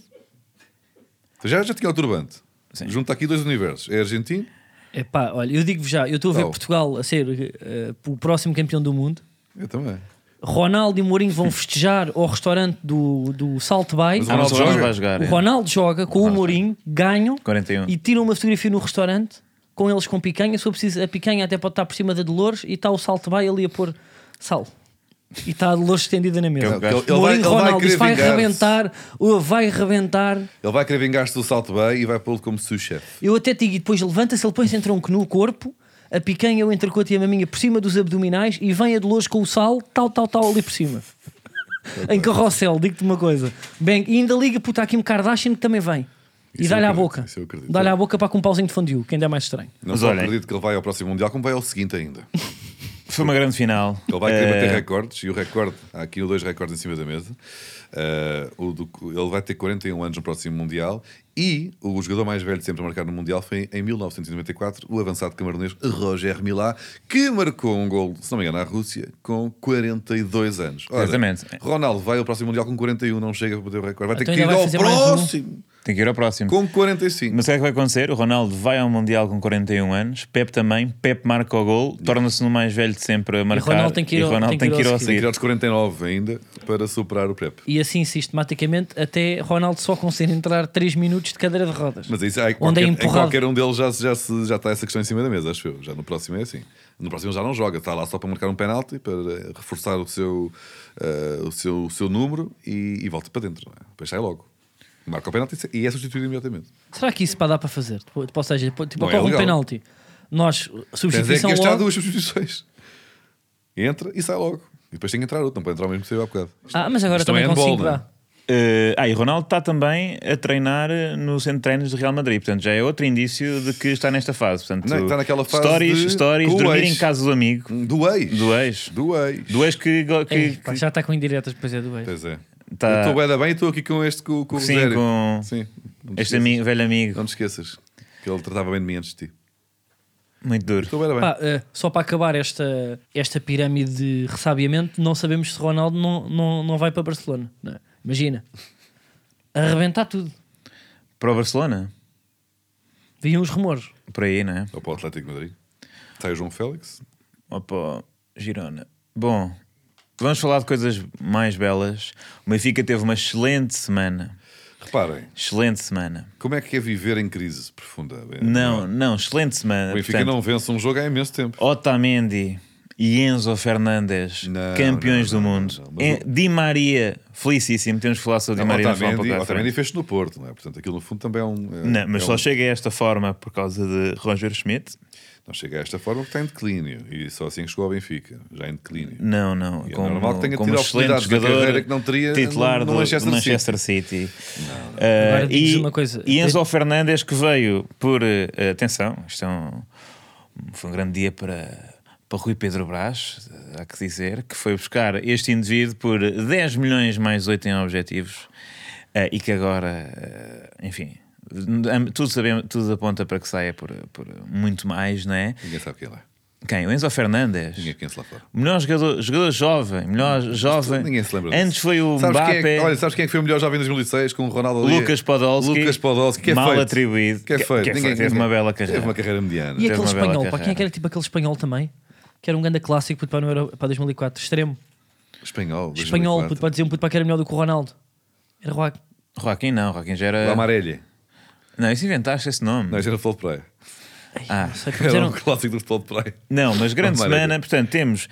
B: Já, já tinha o turbante.
C: Sim.
B: Junta aqui dois universos. É argentino.
A: Epá, olha, eu digo-vos já, eu estou a ver
B: Oh.
A: Portugal a ser eh, o próximo campeão do mundo.
B: Eu também.
A: Ronaldo e Mourinho vão [laughs] festejar ao restaurante do, do Salt Bay.
B: Mas
C: Ah, não, o
B: Ronaldo
C: Ronaldo
B: joga?
C: vai jogar.
A: O
C: é.
A: Ronaldo joga com o Mourinho, ganham
C: 41.
A: e tiram uma fotografia no restaurante com eles com picanha. Se for preciso, a picanha até pode estar por cima da Dolores e está o Salt Bay ali a pôr sal. E está a Dolores estendida na mesa.
C: Não, ele-
B: ele vai-
A: Mourinho,
B: ele vai
A: Ronaldo,
B: querer
A: isso vai
B: vingar-se.
A: rebentar, ou vai rebentar.
B: Ele vai querer vingar-se do salto bem e vai pô-lo como sous-chefe.
A: Eu até te digo, e depois levanta-se, ele põe-se entronco no corpo, a picanha, o entrecote e a maminha por cima dos abdominais e vem a Dolores com o sal, tal, tal, tal, ali por
B: [laughs]
A: cima. em carrossel, digo-te uma coisa. Bem, e ainda liga puta aqui um Kardashian que também vem. E
B: Isso
A: dá-lhe
B: eu
A: à
B: acredito,
A: boca.
B: isso eu acredito.
A: Dá-lhe à boca para com um pauzinho de fondue, que ainda é mais estranho.
B: Não
C: Mas
B: só
C: olhem.
B: acredito que ele vai ao próximo Mundial, como vai ao seguinte ainda.
C: Foi uma grande final.
B: Ele vai
A: É.
B: querer bater
C: Eh,
B: recordes e o recorde, há aqui dois recordes em cima da mesa. Eh, o do- ele vai ter 41 anos no próximo Mundial e o jogador mais velho de sempre a marcar no Mundial foi em 1994 o avançado camaronês Roger Milá, que marcou um gol, se não me engano, à Rússia com 42 anos. Ora,
C: Exatamente.
B: Ronaldo vai ao próximo Mundial com 41, não chega para bater o recorde. Vai ter
A: Então
B: que ir
A: ainda vai
B: ao
A: fazer mais um.
B: próximo
C: Tem que ir ao próximo.
B: com 45.
C: Mas o que é que vai acontecer? O Ronaldo vai ao Mundial com 41 anos, Pep também, Pep marca o gol, torna-se no mais velho de sempre a marcar.
A: Ronaldo tem que ir
C: e
A: ao-
C: Ronaldo tem que ir
B: Tem
C: ao
B: que ir
C: seguir.
B: aos 49 ainda para superar o PrEP.
A: E assim, sistematicamente, até Ronaldo só consegue entrar 3 minutos de cadeira de rodas.
B: Mas isso, aí,
A: Onde
B: qualquer,
A: é
B: em
A: empurrado.
B: qualquer um deles já, já, se- já está essa questão em cima da mesa, acho eu. Já no próximo é assim. No próximo já não joga, está lá só para marcar um penalti, para reforçar o seu, eh, o seu, o seu número e, e volta para dentro. Não é? Depois sai logo. Marca o penalti e é substituído imediatamente.
A: Será que isso pá, dá para fazer? Depois, ou seja, depois, tipo,
B: Não é
A: ocorre um
B: legal.
A: penalti. Nós,
B: Tens é que
A: substituição
B: gastar
A: logo...
B: duas substituições. Entra e sai logo. E depois tem que entrar outro, não pode entrar o mesmo que saiu há bocado.
A: Ah, mas agora
B: Isto não
A: também
B: é handball,
A: consigo
B: não é?
A: dar.
C: Eh, Eh, ah, e Ronaldo está também a treinar eh, no centro de treinos do Real Madrid, portanto já é outro indício de que está nesta fase. Portanto,
B: Não, está naquela fase
C: stories,
B: de-
C: stories,
B: com o
C: dormir
B: ex.
C: em casa do amigo,
B: Um, Do ex.
C: do ex,
B: Do ex.
C: do ex que, go- que,
A: Ei,
C: que
A: É, pá, já está com indiretas depois é do ex.
B: Pois é.
C: Tá.
B: Eu estou bué da bem e estou aqui com este com, com o
C: Sim,
B: Rogério.
C: com
B: Sim. Não te
C: este
B: esqueças.
C: ami- velho amigo,
B: Não te esqueças. Que ele tratava bem de mim antes de ti.
C: muito duro.
B: Estou bué da bem.
A: Pá, eh, só para acabar esta, esta pirâmide de ressabiamento, não sabemos se Ronaldo não, não, não vai para Barcelona. não é? Imagina, arrebentar tudo.
C: Para o Barcelona,
A: Viam os rumores.
C: por aí, não é?
B: Ou para o Atlético de Madrid. Sai o João Félix.
C: Ou para o Girona. Bom, vamos falar de coisas mais belas. O Benfica teve uma excelente semana.
B: Reparem,
C: Excelente semana.
B: como é que é viver em crise profunda? É,
C: Não, não, excelente semana.
B: O Benfica
C: Portanto,
B: não vence um jogo há imenso tempo.
C: Otamendi e Enzo Fernandes,
B: Não,
C: campeões
B: não,
C: do
B: não,
C: mundo.
B: não, não, mas
C: En- Di Maria, felicíssimo. Temos que falar sobre o Di Maria. vamos falar um
B: Otamendi,
C: pouco à
B: Otamendi
C: frente.
B: fez-se no Porto, não é? Portanto, aquilo no fundo também é um. é-
C: Não, mas
B: é
C: só
B: um-
C: chega a esta forma por causa de Roger Schmidt.
B: Não chega a esta forma porque está em declínio. E só assim que chegou ao Benfica, já em declínio.
C: Não, não.
B: E é
C: como,
B: normal que tenha
C: como um
B: tido
C: excelente
B: oportunidades na
C: jogador
B: carreira que não teria
C: titular
B: no- no
C: do
B: Manchester
C: do Manchester City. Uh,
A: Agora digo-vos
C: e,
A: uma coisa.
C: e Enzo Fernandes que veio por uh, atenção, isto é um- foi um grande dia para, para Rui Pedro Brás, uh, há que dizer, que foi buscar este indivíduo por 10 milhões mais 8 em objetivos uh, e que agora, uh, enfim. am- Tudo, sabemos, tudo aponta para que saia por, por muito mais, não é?
B: Ninguém sabe quem ele é.
C: Quem? O Enzo Fernandes.
B: Ninguém conhece lá fora.
C: Melhor jogador, jogador jovem, melhor jovem.
B: Ninguém se lembra disso.
C: Antes foi o
B: Sabes quem é que-
C: Mbappé,
B: olha, sabes quem é que foi o melhor jovem em 2006 com o Ronaldo ali?
C: Lucas Podolski.
B: Lucas Podolski, que é
C: mal
B: feito.
C: atribuído.
B: Que é feito.
C: é feito. Teve uma bela carreira.
B: Teve uma carreira mediana.
A: E
C: Teve
A: aquele
C: uma bela
A: espanhol, para quem é
C: carreira.
A: que era tipo aquele espanhol também? Que era um grande clássico puto, pá, não era- para 2004, extremo.
B: Espanhol.
A: Espanhol, puto,
B: 2004.
A: para dizer um puto, para que era melhor do que o Ronaldo. Era Roac.
C: Joaquim não, Joaquim já era.
B: O Amarelli.
C: Não, isso inventaste esse nome.
B: Não, isso era o Futebol de Praia.
C: Ah,
A: Não sei, puto,
B: Era
A: era
B: um
A: um-
B: clássico do Futebol de Praia.
C: não, mas grande
B: Maravilha.
C: semana. Portanto, temos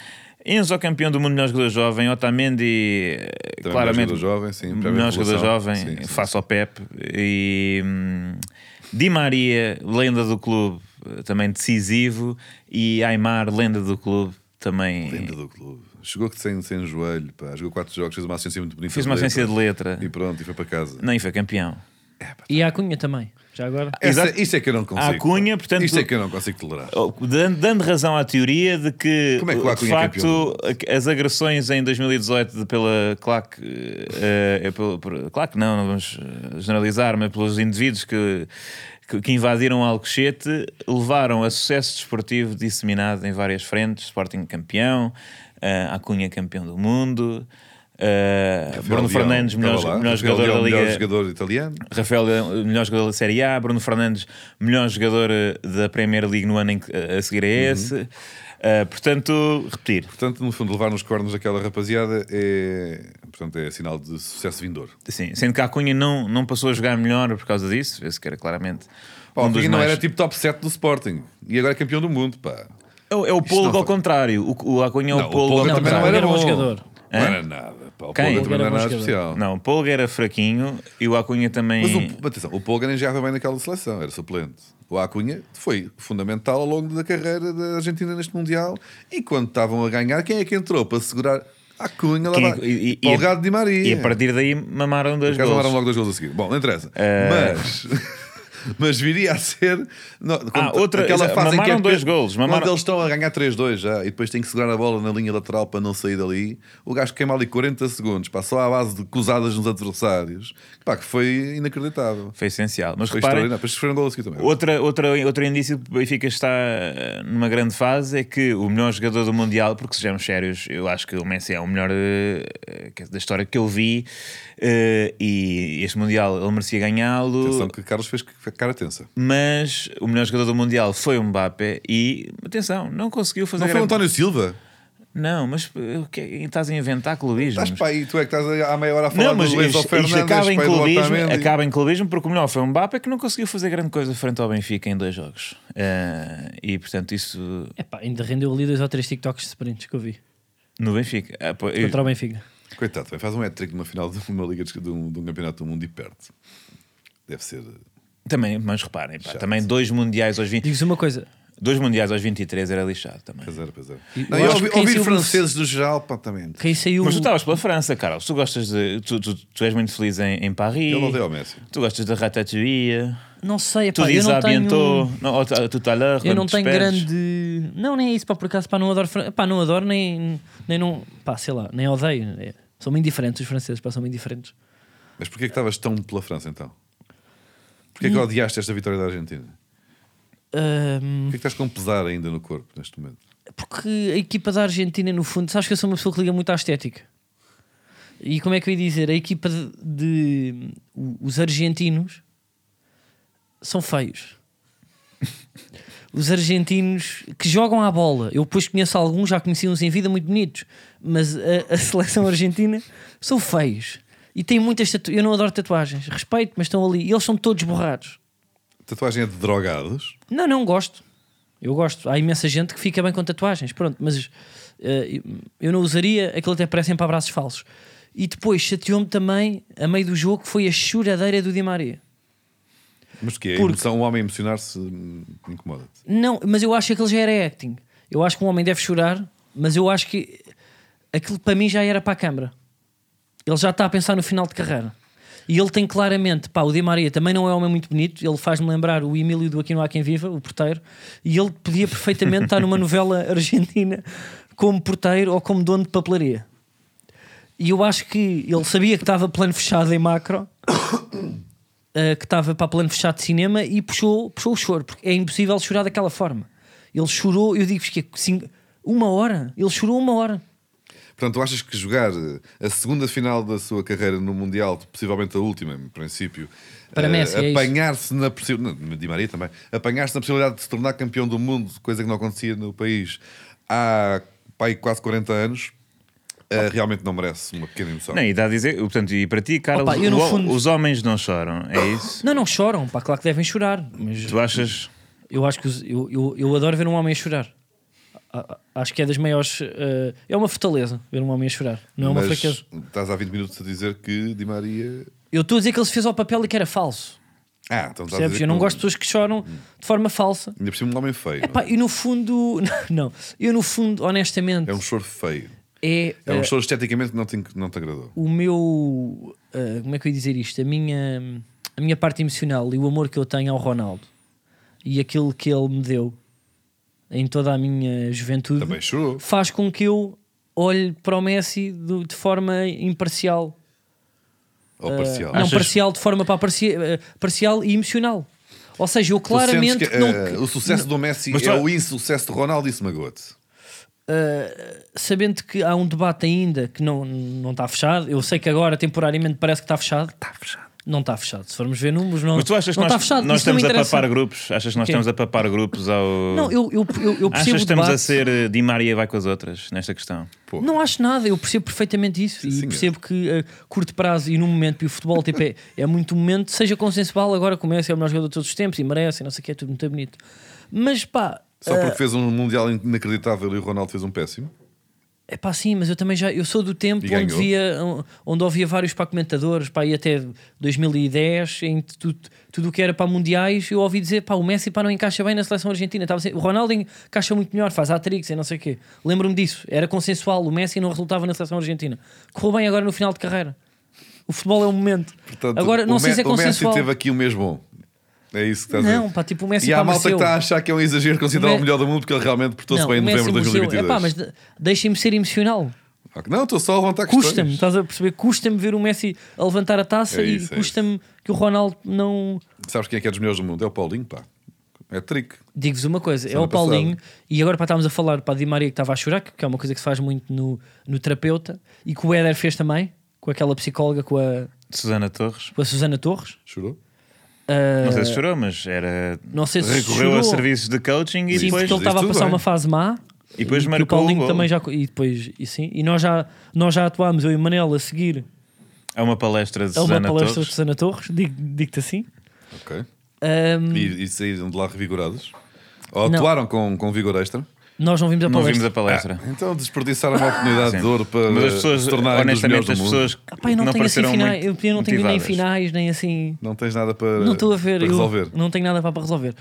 C: Enzo campeão do mundo, melhor jogador jovem, Otamendi, eh,
B: Também
C: claramente.
B: melhor jogador jovem, sim, prémio
C: melhor
B: de
C: jogador
B: revelação.
C: jovem,
B: Sim, sim.
C: face ao Pep. E. hum, Di Maria, lenda do clube, eh, também decisivo. E Aymar, lenda do clube, também.
B: Lenda do clube. Chegou que sem, sem joelho, pá. Jogou quatro jogos, fez uma assistência muito bonita.
C: Fiz uma
B: letra.
C: agência de letra.
B: E pronto, e foi para casa.
C: Não, e foi campeão.
A: E a Acunha também. Já agora.
B: Essa-
C: Exato.
B: Isto é que eu não consigo.
C: A Cunha, portanto-
B: Isto é que eu não consigo tolerar.
C: Oh, Dando, dando razão à teoria de que,
B: Como é que o
C: de
B: Acunha é
C: facto, as agressões em 2018 de- pela CLAC, eh, eh, pelo- por- CLAC não, não vamos eh, generalizar, mas pelos indivíduos que, que, que invadiram Alcochete levaram a sucesso desportivo disseminado em várias frentes: Sporting campeão, eh, Acunha campeão do mundo, eh, Bruno
B: Rafael Leão,
C: Fernandes, melhor,
B: estava lá.
C: melhor
B: Rafael
C: jogador
B: Leão,
C: da Liga.
B: Melhor jogador italiano.
C: Rafael, Leão, melhor jogador da Série A, Bruno Fernandes, melhor jogador eh, da Premier League no ano em que, eh, a seguir a
B: Uhum.
C: esse. Eh, portanto, repetir.
B: Portanto, no fundo, levar nos cornos aquela rapaziada é, portanto, é sinal de sucesso vindouro.
C: Sim, sendo que a Cunha não, não passou a jogar melhor por causa disso, esse que era claramente.
B: Pá,
C: um dos
B: e não
C: mais-
B: era tipo top 7 do Sporting. E agora é campeão do mundo, pá.
C: É o, é o Polgo
B: não
C: ao
B: foi-
C: contrário. O, o Acunha é o
B: Não, o
C: Polgo ao
B: Polga também
C: contrário.
B: não era
A: Era um
B: bom.
A: bom jogador.
B: Não era nada. Pá. O
C: Quem?
B: Polga também
A: Era
B: não era
A: bom
B: nada
A: jogador.
B: especial.
C: Não, o Polgo era fraquinho e o Acunha também.
B: Mas, o, atenção, o Polga nem jogava bem naquela seleção, era suplente. O Acunha foi fundamental ao longo da carreira da Argentina neste Mundial. E quando estavam a ganhar, quem é que entrou para segurar Acunha lá
C: Quem- é
B: vai- Polgado de Maria.
C: E a partir daí mamaram
B: Por
C: das
B: acaso
C: gols.
B: levaram logo dois gols a seguir. Bom, não interessa.
C: Eh,
B: Mas. [laughs] Mas viria a ser não, como
C: Ah, outra-
B: aquela
C: exa-
B: fase em que
C: mamaram
B: é
C: dois
B: pe-
C: golos, mamaram-
B: Quando eles estão a ganhar 3-2 já e depois têm que segurar a bola na linha lateral para não sair dali, o gajo queima ali 40 segundos, pá, só à base de cruzadas nos adversários, pá, que foi inacreditável.
C: Foi essencial. Mas
B: Foi
C: reparem,
B: extraordinário. Depois sofreram um gol a seguir também.
C: Outra, outra, outro indício que o Benfica está eh, numa grande fase é que o melhor jogador do Mundial, porque sejamos sérios, eu acho que o Messi é o melhor eh, eh, da história que eu vi eh, e este Mundial ele merecia
B: Atenção
C: ganhá-lo.
B: que Carlos fez cara tensa.
C: Mas o melhor jogador do Mundial foi o Mbappé e, atenção, não conseguiu fazer.
B: Não foi um o
C: grande-
B: António Silva?
C: Não, mas eh, o que é que estás a inventar clubismo?
B: Estás para aí, tu é que estás à meia hora a falar
C: Não, mas
B: do Enzo
C: isto, isto
B: Fernandes,
C: acaba, em
B: pai do
C: clubismo,
B: Otamendi.
C: acaba em clubismo porque o melhor foi o Mbappé que não conseguiu fazer grande coisa frente ao Benfica em dois jogos. Eh, e portanto, isso
A: Epá, ainda rendeu ali dois ou três TikToks de sprints que eu vi.
C: no Benfica. Ah, pô, eu-
A: Contra o Benfica.
B: Coitado, bem, faz um hat-trick numa final de [laughs] uma liga de, de um, de um campeonato do mundo e perde. Deve ser. eh,
C: também, mas reparem, pá, também dois mundiais aos 20.
A: Digo-vos uma coisa.
C: Dois mundiais aos 23 era lixado também.
B: Pois era, pois era.
A: E-
B: Não,
A: eu
B: eu
A: acho
B: ouvi,
A: que quem
B: ouvi
A: se ouve-
B: franceses no geral, pá, também.
A: Quem saiu.
C: Mas tu estavas pela França, Carlos. Tu gostas de. Tu, tu, tu és muito feliz em, em Paris.
B: Eu odeio o Messi.
C: Tu gostas da Ratatouille.
A: Não sei,
C: Tu
A: pá, eu
C: dizes
A: não tenho. um-
C: ambientou. Não, ou tu- tu tá lá,
A: Eu
C: quando
A: não
C: te
A: tenho
C: despedes.
A: grande. Não, nem é isso, pá, por acaso, pá, não adoro. Fran- Pá, não adoro, nem. Nem não. Pá, sei lá, nem odeio. É, são muito diferentes os franceses, pá, são muito diferentes.
B: Mas porquê que estavas tão pela França então? Porquê que odiaste esta vitória da Argentina?
A: Ahm,
B: Porquê que estás com pesar ainda no corpo neste momento?
A: porque a equipa da Argentina, no fundo, sabes que eu sou uma pessoa que liga muito à estética. E como é que eu ia dizer? A equipa de. de- o- os argentinos são feios. Os argentinos que jogam à bola, eu depois conheço alguns, já conheci uns em vida muito bonitos, mas a, a seleção argentina são feios e têm muitas tatuagens. Eu não adoro tatuagens, respeito, mas estão ali e eles são todos borrados.
B: Tatuagem é de drogados?
A: Não, não gosto. Eu gosto. Há imensa gente que fica bem com tatuagens. Pronto, mas eh, eu não usaria. Aquilo até parecem para abraços falsos. E depois chateou-me também, a meio do jogo, que foi a choradeira do Di Maria.
B: Mas que é?
A: Porque-
B: Emoção, um homem emocionar-se hum, incomoda-te.
A: Não, mas eu acho que aquilo já era acting. Eu acho que um homem deve chorar, mas eu acho que aquilo para mim já era para a câmara. Ele já está a pensar no final de carreira. E ele tem claramente, pá, o Di Maria também não é um homem muito bonito, ele faz-me lembrar o Emílio do Aqui Não Há Quem Viva, o porteiro, e ele podia perfeitamente estar numa novela [laughs] argentina como porteiro ou como dono de papelaria. E eu acho que ele sabia que estava plano fechado em macro, eh, que estava para plano fechado de cinema e puxou, puxou o choro, porque é impossível chorar daquela forma. Ele chorou, eu digo-vos que é cinco- uma hora, ele chorou uma hora.
B: Portanto, tu achas que jogar eh, a segunda final da sua carreira no Mundial, possivelmente a última, em princípio,
A: Para
B: eh,
A: Messi, é isso.
B: apanhar-se na possibilidade, Di Maria também, apanhar-se na possibilidade de se tornar campeão do mundo, coisa que não acontecia no país há pai, quase 40 anos, eh,
A: Oh.
B: realmente não merece uma pequena emoção.
C: Não, e dá a dizer. Portanto, e para ti, Carlos,
A: Opa, eu no
C: o-
A: fundo-
C: os homens não choram, é isso?
A: Não, não choram, pá, claro que devem chorar, mas
C: tu achas.
A: eu acho que os- eu, eu, eu adoro ver um homem a chorar. A- a- Acho que é das maiores. eh, é uma fortaleza ver um homem a chorar, não é uma
B: Mas
A: fraqueza.
B: estás há 20 minutos a dizer que Di Maria.
A: Eu estou a dizer que ele se fez ao papel e que era falso,
B: Ah, então estás a
A: percebes?
B: dizer
A: Eu não
B: que
A: gosto de pessoas que choram de forma falsa.
B: Ainda por cima, um homem feio. não
A: Pá,
B: é?
A: e no fundo, [laughs] não, eu no fundo, honestamente,
B: É um choro feio.
A: é, Uhum.
B: É
A: eh,
B: um choro esteticamente que não te, não te agradou.
A: o meu ah, como é que eu ia dizer isto a minha a minha parte emocional e o amor que eu tenho ao Ronaldo e aquilo que ele me deu em toda a minha juventude
B: Também chorou.
A: faz com que eu olhe para o Messi do- de forma imparcial
B: Ou parcial.
A: Ah, não
C: Achas-
A: parcial de forma para parci- ah, parcial e emocional ou seja eu
B: Tu sentes
A: claramente
B: que,
A: que não
C: ah,
B: eh, o sucesso do Messi
C: Mas tu-
B: é o insucesso do Ronaldo e isso magoa-te.
A: sabendo que há um debate ainda que não, não está fechado, eu sei que agora temporariamente parece que está fechado. Está fechado. Não está fechado. Se formos ver números, não,
C: Mas tu achas que
A: não
C: nós,
A: está fechado.
C: nós
A: Isso não
C: estamos
A: me
C: a
A: interessa.
C: papar grupos? Achas que nós
A: Quem?
C: estamos a papar grupos ao.
A: Não, eu, eu, eu, eu
C: Hum. Achas que
A: percebo o
C: estamos
A: debate.
C: a ser eh, Di Maria vai com as outras nesta questão?
B: Pô,
A: Não acho nada, eu percebo perfeitamente isso e
B: senhor.
A: percebo que a curto prazo e no momento, e o futebol tipo, é, é muito momento, seja consensual, agora começa, é o melhor jogador de todos os tempos e merece, e não sei o que, é tudo muito bonito. Mas pá,
B: Só porque fez um Mundial inacreditável e o Ronaldo fez um péssimo.
A: É pá, sim, mas eu também já eu sou do tempo
B: E
A: onde,
B: ganhou.
A: via, onde havia vários pá, comentadores, pá, e até 2010, em tudo, tudo o que era para mundiais, eu ouvi dizer pá, o Messi pá, não encaixa bem na seleção argentina. Estava sempre- o Ronaldo encaixa muito melhor, faz atrix e não sei o quê. Lembro-me disso, era consensual, o Messi não resultava na seleção argentina. Correu bem agora no final de carreira. O futebol é o momento.
B: Portanto,
A: agora,
B: o
A: não sei
B: Me-
A: se é
B: O Messi
A: consensual.
B: teve aqui um mês bom. É isso que estás a
A: Não,
B: dizer.
A: pá, tipo, o Messi
B: E há
A: pá,
B: a malta que
A: mereceu.
B: está a achar que é um exagero considerar
A: O
B: o,
A: Me-
B: melhor do mundo porque ele realmente portou-se bem em
A: o Messi
B: novembro de
A: mereceu. É
B: 2022.
A: pá, mas de- deixem-me ser emocional.
B: Ok, Não, estou só a levantar
A: custa-me, tá?
B: questões.
A: estás a perceber? Custa-me ver o Messi a levantar a taça
B: É
A: e
B: isso, é
A: custa-me que o Ronaldo não.
B: Sabes quem é que é dos melhores do mundo? É o Paulinho, pá. É trick.
A: Digo-vos uma coisa, é
B: Semana
A: o Paulinho, e agora para estarmos a falar para a Di Maria que estava a chorar, que que é uma coisa que se faz muito no, no terapeuta, e que o Éder fez também, com aquela psicóloga, com a,
C: Susana Torres?
A: com a Susana Torres.
B: Chorou?
A: Ah,
C: Não sei se chorou, mas era.
A: não sei se
C: Recorreu a
A: chorou.
C: serviços de coaching e
A: Sim,
C: depois.
A: porque ele estava a
B: tudo
A: passar
B: bem.
A: uma fase má.
C: E depois
A: que o
C: marcou o
A: Paulinho
C: gol.
A: também já. E depois, e sim, e nós já, nós já atuámos, eu e o Manel, a seguir
C: É uma palestra de
A: a uma
C: Susana
A: palestra de
C: Torres.
A: Susana Torres, digo- digo-te assim.
B: Ok.
A: Ah,
B: E, e saíram de lá revigorados? Ou
A: Não.
B: atuaram com, com vigor extra?
A: nós não vimos a
C: Não
A: palestra.
C: vimos a palestra.
B: Então desperdiçaram uma oportunidade
C: Sim.
B: de ouro para
C: mas as pessoas,
B: Ah, eh, se tornarem dos melhores
C: honestamente,
B: do
C: as
B: mundo.
C: pessoas
A: Ah, pá, eu não,
C: não
A: tenho assim
C: pareceram
A: finais, eu
C: muito
A: eu não tenho nem
C: motivadas.
A: finais, nem assim.
B: Não tens nada para,
A: Não estou a ver,
B: para
A: eu
B: resolver. Hum.
A: não tenho nada para resolver.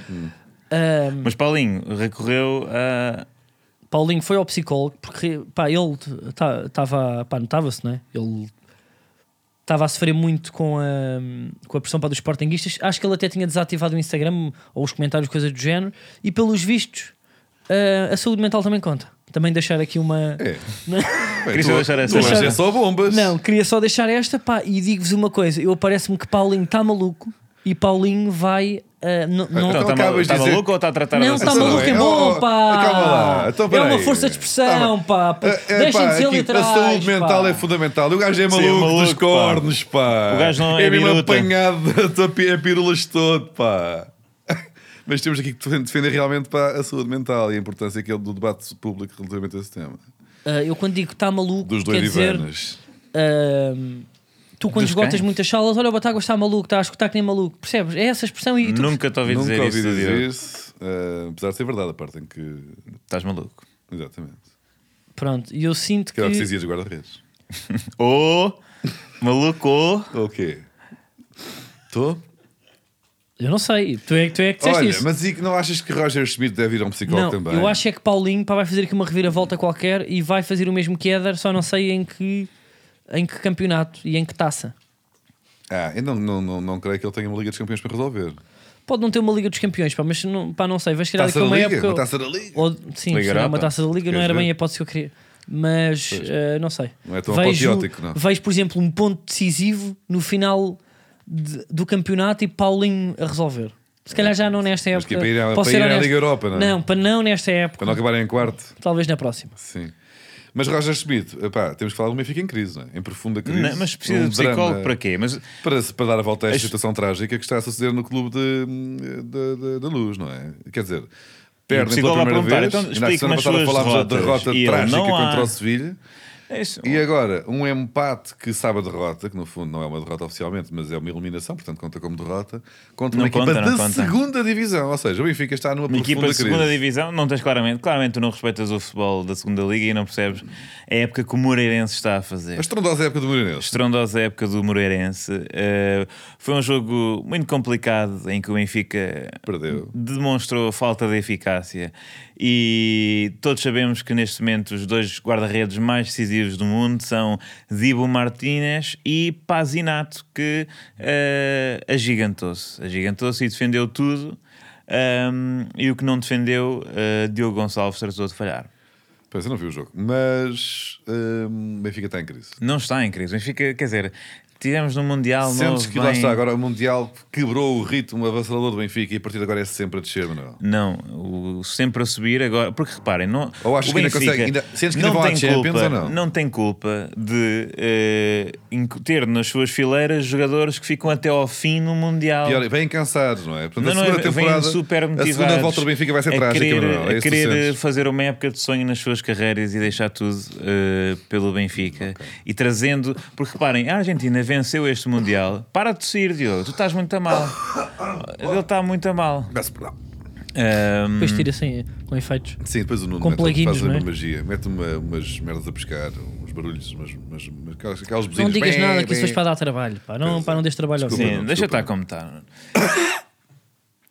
A: Ahm,
C: Mas Paulinho recorreu a.
A: Paulinho foi ao psicólogo porque pá, ele estava, pá, notava-se, não é? Ele estava a sofrer muito com a, com a pressão para dos sportinguistas. Acho que ele até tinha desativado o Instagram ou os comentários, coisas do género. E pelos vistos, ah, a saúde mental também conta. Também deixar aqui uma.
B: É. Bem,
A: [laughs]
C: Queria
B: tu,
C: deixar essa-
B: tu achas
A: deixar-
B: é só bombas.
A: Não, queria só deixar esta, pá, e digo-vos uma coisa: eu parece-me que Paulinho está maluco e Paulinho vai. ah, n- não-
B: Então
C: Está
B: acabas de dizer-
C: tá maluco ou está a tratar
A: Não,
C: da
A: está
B: Então,
A: maluco,
B: é,
A: é
B: oh,
A: bom, pá.
B: oh, calma lá, então,
A: é uma
B: peraí.
A: força de expressão, pá.
B: É, é,
A: Deixem-se
B: pá,
A: ser
B: aqui,
A: literais.
B: A saúde
A: pá.
B: mental é fundamental. O gajo é maluco,
C: maluco,
B: dos
C: pá.
B: cornos, pá.
C: O gajo não é
B: mesmo
C: biruta.
B: apanhado [laughs] da tua pi- a pílulas todo, pá. [laughs] Mas temos aqui que defender realmente pá, a saúde mental e a importância que é do debate público relativamente a esse tema.
A: Ah, eu quando digo está maluco,
B: Dos
A: quer
B: dois é?
A: dizer.
B: divanas.
A: ah, tu quando
C: Dos
A: esgotas
C: quem?
A: muitas salas, olha o Batago está maluco, está a escutar que nem maluco. Percebes? É essa expressão e tu.
C: Nunca te ouvi
B: Nunca
C: dizer
B: ouvi
C: isso.
B: dizer
C: Diogo.
B: isso, eh, apesar de ser verdade a parte em que.
C: Estás maluco.
B: Exatamente.
A: Pronto, e eu sinto que.
B: Que era o que se dizia dos guarda-redes.
C: Oh, maluco. oh.
B: Ou o quê? Estou?
A: Eu não sei, tu é, tu é que disseste
B: Olha,
A: isso.
B: mas e que não achas que Roger Schmidt deve ir a um psicólogo
A: Não,
B: também?
A: eu acho é que Paulinho pá, vai fazer aqui uma reviravolta qualquer e vai fazer o mesmo que Éder, só não sei em que, em que campeonato e em que taça.
B: Ah, eu não, não, não, não creio que ele tenha uma Liga dos Campeões para resolver.
A: Pode não ter uma Liga dos Campeões, pá, mas não, pá, não sei, vais tirar
B: Taça
A: aqui uma
B: da Liga?
A: época.
B: Uma taça da Liga?
A: Ou, sim,
C: Liga
A: se não é uma
C: Europa.
A: taça da Liga, não
B: Queres
A: era bem
B: ver?
A: a hipótese que eu queria. Mas eh, não sei.
B: Não é tão
A: vejo,
B: apoteótico, não.
A: vejo, por exemplo, um ponto decisivo no final de- do campeonato e Paulinho a resolver. Se calhar já não nesta
B: Mas que
A: época.
B: é para ir à,
A: Posso
B: para
A: ser
B: ir à
A: honesto.
B: Liga Europa, não é?
A: Não, para não nesta época,
B: Para não acabarem em quarto.
A: talvez na próxima.
B: Sim. Mas Roger Schmidt, epá, temos que falar do Benfica em crise, não é? Em profunda crise.
C: Não, mas precisa
B: Um
C: de psicólogo
B: drama
C: para quê? Mas
B: Para, para dar a volta a esta
C: As-
B: situação trágica que está a suceder no clube de- da- da- da Luz, não é? Quer dizer, perdem pela
C: psicólogo a
B: primeira
C: perguntar,
B: vez.
C: então,
B: Ainda a
C: explique-me
B: semana
C: as
B: passada
C: suas
B: falámos da
C: derrotas.
B: derrota
C: E ele,
B: trágica
C: não há-
B: contra o Sevilha.
C: é isso.
B: E agora, um empate que sabe a derrota, que no fundo não é uma derrota oficialmente, mas é uma eliminação, portanto conta como derrota, contra uma
C: Não
B: equipa
C: conta,
B: da
C: não conta.
B: segunda divisão. Ou seja, o Benfica está numa
C: Uma equipa
B: profunda
C: de segunda
B: crise.
C: divisão, não tens claramente. Claramente tu não respeitas o futebol da segunda liga e não percebes a época que o Moreirense está a fazer.
B: A estrondosa época do Moreirense.
C: estrondosa época do Moreirense. Uh, foi um jogo muito complicado em que o Benfica
B: Perdeu.
C: demonstrou falta de eficácia. E todos sabemos que neste momento os dois guarda-redes mais decisivos do mundo são Dibu Martínez e Pazinato, que uh, agigantou-se. Agigantou-se e defendeu tudo. Um, e o que não defendeu, uh, Diogo Gonçalves tratou de falhar.
B: Pois, eu não vi o jogo. Mas hum, o Benfica está em crise.
C: Não está em crise. O Benfica, quer dizer, tivemos no Mundial.
B: Sentes
C: não
B: que lá
C: vem-
B: está agora o Mundial quebrou o ritmo avassalador do Benfica e a partir de agora é sempre a descer, Manuel.
C: Não, o sempre a subir agora. Porque reparem, não,
B: Ou achas
C: o
B: que ainda
C: Benfica
B: consegue- ainda- sentes que ainda vão à Champions
C: culpa,
B: ou não?
C: tem culpa de eh, inc- ter nas suas fileiras jogadores que ficam até ao fim no Mundial.
B: Pior, vêm cansados, não é? Portanto,
C: Não,
B: a
C: não,
B: segunda
C: vêm
B: temporada,
C: super
B: a
C: motivados
B: segunda volta do Benfica vai ser
C: a
B: trágica,
C: querer,
B: Manuel. É
C: a
B: isso que tu
C: querer
B: sentes.
C: fazer uma época de sonho nas suas carreiras e deixar tudo eh, pelo Benfica. E trazendo. Porque reparem, a Argentina venceu este Mundial. Para de tossir, Diogo, tu estás muito a mal. Ele está muito a mal.
B: Peço perdão.
C: Ahm,
B: Uhum.
A: Depois tira assim com efeitos.
B: Sim, depois o Nuno
A: Com
B: mete-
A: plugins,
B: faz a
A: não é?
B: mesma magia. Mete uma- umas merdas a pescar, uns barulhos, umas, umas, umas, aquelas, aquelas
A: Não
B: buzinas.
A: digas
B: Bem,
A: nada que isso
B: bem.
A: hoje para dar trabalho, pá. Não, pá, não dês trabalho ao
B: Desculpa,
A: vivo.
B: não,
C: Sim, deixa
B: desculpa.
C: estar como está.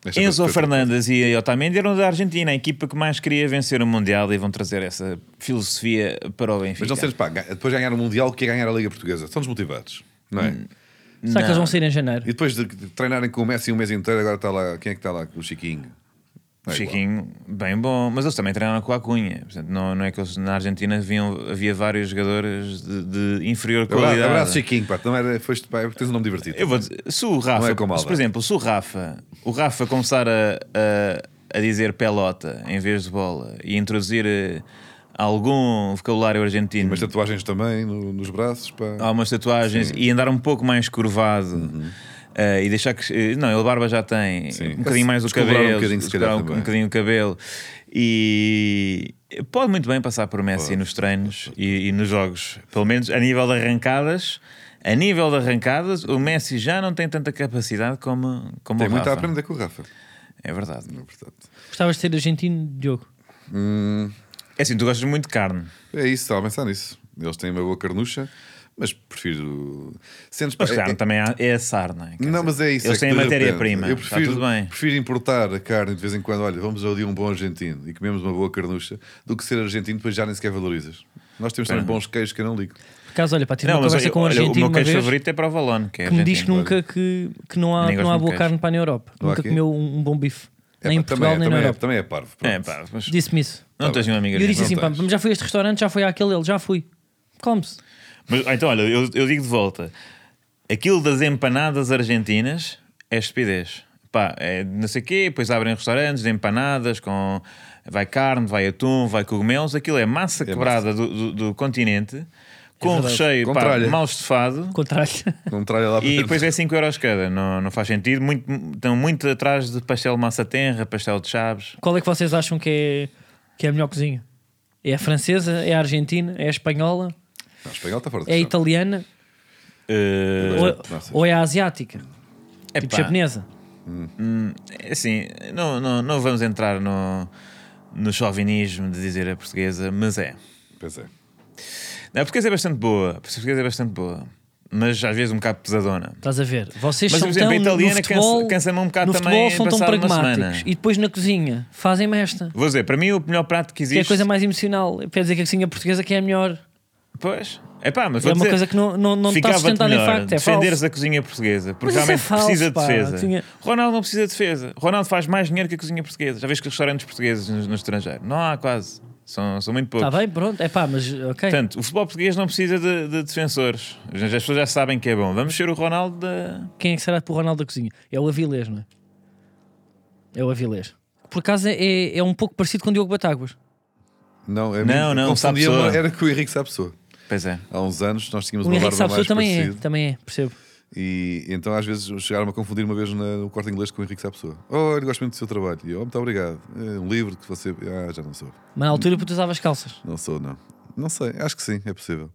B: Deixa
C: Enzo
B: para- para-
C: Fernandes e Otamendi eram da Argentina, a equipa que mais queria vencer o Mundial e vão trazer essa filosofia para o Benfica.
B: Mas não sentes, pá, ga- depois ganhar o Mundial, que é ganhar a Liga Portuguesa. São desmotivados, não
A: Hum.
B: é?
A: Será que eles
C: Não.
A: vão sair em janeiro?
B: E depois de de treinarem com o Messi um mês inteiro, agora está lá, quem é que está lá? O Chiquinho.
C: O
B: Não é
C: Um Chiquinho, bem bom, mas eles também treinaram com a Cunha. Portanto, não, não é que eles na Argentina haviam, havia vários jogadores de, de inferior
B: igual. Abra-
C: qualidade.
B: Abraço, Chiquinho, pá. Não era, foste, pá, é porque tens um nome divertido.
C: Eu vou dizer, se o Rafa,
B: Não é como
C: se, por
B: Alba.
C: exemplo, se o Rafa, o Rafa começar a, a, a dizer pelota em vez de bola e introduzir eh, algum vocabulário argentino.
B: Mas tatuagens também no- nos braços, pá.
C: há umas tatuagens e andar um pouco mais curvado. eh, e deixar que. eh, Não, ele barba já tem.
B: Uhum. Sim.
C: Um bocadinho mais o
B: Descobrar um
C: cabelo.
B: bocadinho, se
C: descobrar
B: calhar,
C: um,
B: também.
C: um bocadinho o cabelo. E pode muito bem passar por Messi nos treinos e, e nos jogos. Pelo menos a nível de arrancadas. A nível de arrancadas, o Messi já não tem tanta capacidade como, como
B: Tem
C: o
B: muito a
C: Rafa.
B: aprender com o Rafa.
C: É verdade.
B: Portanto,
A: Gostavas de ser argentino, Diogo?
C: É assim, tu gostas muito de carne.
B: é isso, estava a pensar nisso. Eles têm uma boa carnucha. Mas prefiro. Sentes
C: Mas
B: é-
C: carne
B: é-
C: também há- é assar, não é? Quer
B: Não, mas
C: dizer,
B: é isso.
C: Eles
B: é
C: têm
B: que de
C: a
B: repente,
C: matéria-prima.
B: Eu
C: Está
B: prefiro,
C: tudo bem.
B: prefiro importar a carne de vez em quando. Olha, vamos ao dia um bom argentino e comemos uma boa carnucha do que ser argentino, depois já nem sequer valorizas. Nós temos também bons queijos que eu não ligo.
A: Por acaso, olha, pá, tive
C: Não,
A: uma
C: mas
A: conversa
C: olha,
A: com um
C: olha, o
A: argentino
C: meu
A: uma
C: queijo
A: vez
C: favorito é para o Valone, que é
A: que me diz que
C: argentino.
A: nunca que, que não há, que
C: Nem
A: não
C: gosto
A: há
C: de
A: boa
C: queijo.
A: carne para na Europa.
B: Não há
A: nunca
B: quê?
A: comeu um, um bom bife.
B: É,
A: nem em
B: pá,
A: Portugal,
B: também,
A: nem
B: é,
A: na Europa.
B: também, é, também é parvo. pronto.
C: É pá, mas
A: Disse-me isso.
C: não tens
A: E
C: nenhuma amiga
A: eu disse
C: argentina.
A: assim, pá,
B: tens.
A: mas já fui a este restaurante, já fui àquele, ele já fui. Come-se.
C: Mas, ah, então, olha, eu, eu digo de volta: aquilo das empanadas argentinas é estupidez. Pá, é não sei o quê, depois abrem restaurantes de empanadas com. Vai carne, vai atum, vai cogumelos. Aquilo é massa quebrada Do, do- do continente, com
A: É verdade.
C: recheio
B: Com
C: pá,
B: tralha.
C: mal estufado.
A: Contrário. [laughs]
B: Não tralha lá para
C: E
B: dentro.
C: depois é 5 euros cada, não, não faz sentido. Muito, estão muito atrás de pastel de massa terra, pastel de chaves.
A: Qual é que vocês acham que é, que é a melhor cozinha? É a francesa, é a argentina, é a espanhola,
B: Não, espanhol está fora de
A: é a
B: questão.
A: italiana
C: Eh,
B: Nossa.
A: ou, ou é a asiática? Tipo
C: epá.
A: japonesa?
C: É Assim, não, não, não vamos entrar no, no chauvinismo de dizer a portuguesa, mas é.
B: Pois é.
C: A portuguesa é bastante boa, a portuguesa é bastante boa, mas às vezes um bocado pesadona.
A: Estás a ver? Vocês
C: Mas,
A: são
C: por exemplo,
A: tão
C: a italiana
A: no futebol,
C: cansa- cansa-me um bocado
A: no
C: também
A: futebol são tão
C: passar uma
A: pragmáticos.
C: semana.
A: E depois na cozinha, fazem-me esta.
C: Vou dizer, para mim o melhor prato que
A: Que é
C: existe.
A: a coisa mais emocional. Quer dizer que a cozinha portuguesa que é a melhor.
C: Pois, é pá,
A: É
C: mas vou
A: uma
C: dizer,
A: coisa que não, não, não está
C: ficava-te
A: sustentada em
C: melhor
A: facto. É
C: defenderes
A: falso.
C: a cozinha portuguesa, porque
A: Mas isso é
C: realmente
A: falso,
C: precisa
A: pá,
C: de defesa.
A: tinha-
C: Ronaldo não precisa de defesa. Ronaldo faz mais dinheiro que a cozinha portuguesa. Já vês que os restaurantes portugueses no, no estrangeiro não há quase, são, são muito poucos.
A: Está bem, pronto. É pá, mas ok.
C: Portanto, o futebol português não precisa de, de defensores. As as pessoas já sabem que é bom. Vamos ser o Ronaldo da.
A: Quem é que será para o Ronaldo da cozinha? É o Avilés, não é? É o Avilés. Por acaso é- é, é um pouco parecido com o Diogo Batáguas.
B: Não, é a
C: Não,
B: mim
C: não,
B: confundia
C: Sapessoa.
B: uma- Era com o Henrique Sapessoa.
C: Pois é.
B: Há uns anos nós tínhamos
A: O
B: uma
A: Henrique
B: barba
A: Sapsou
B: mais
A: também é,
B: parecida.
A: também é, percebo.
B: E então às vezes chegaram-me a confundir uma vez na- no corte inglês com o Henrique Sapessoa. Oh, eu gosto muito do seu trabalho. E eu, oh, muito obrigado. É um livro que você... Ah, já não sou.
A: Mas na altura tu usavas calças.
B: Não sou, não. Não sei, acho que sim, é possível.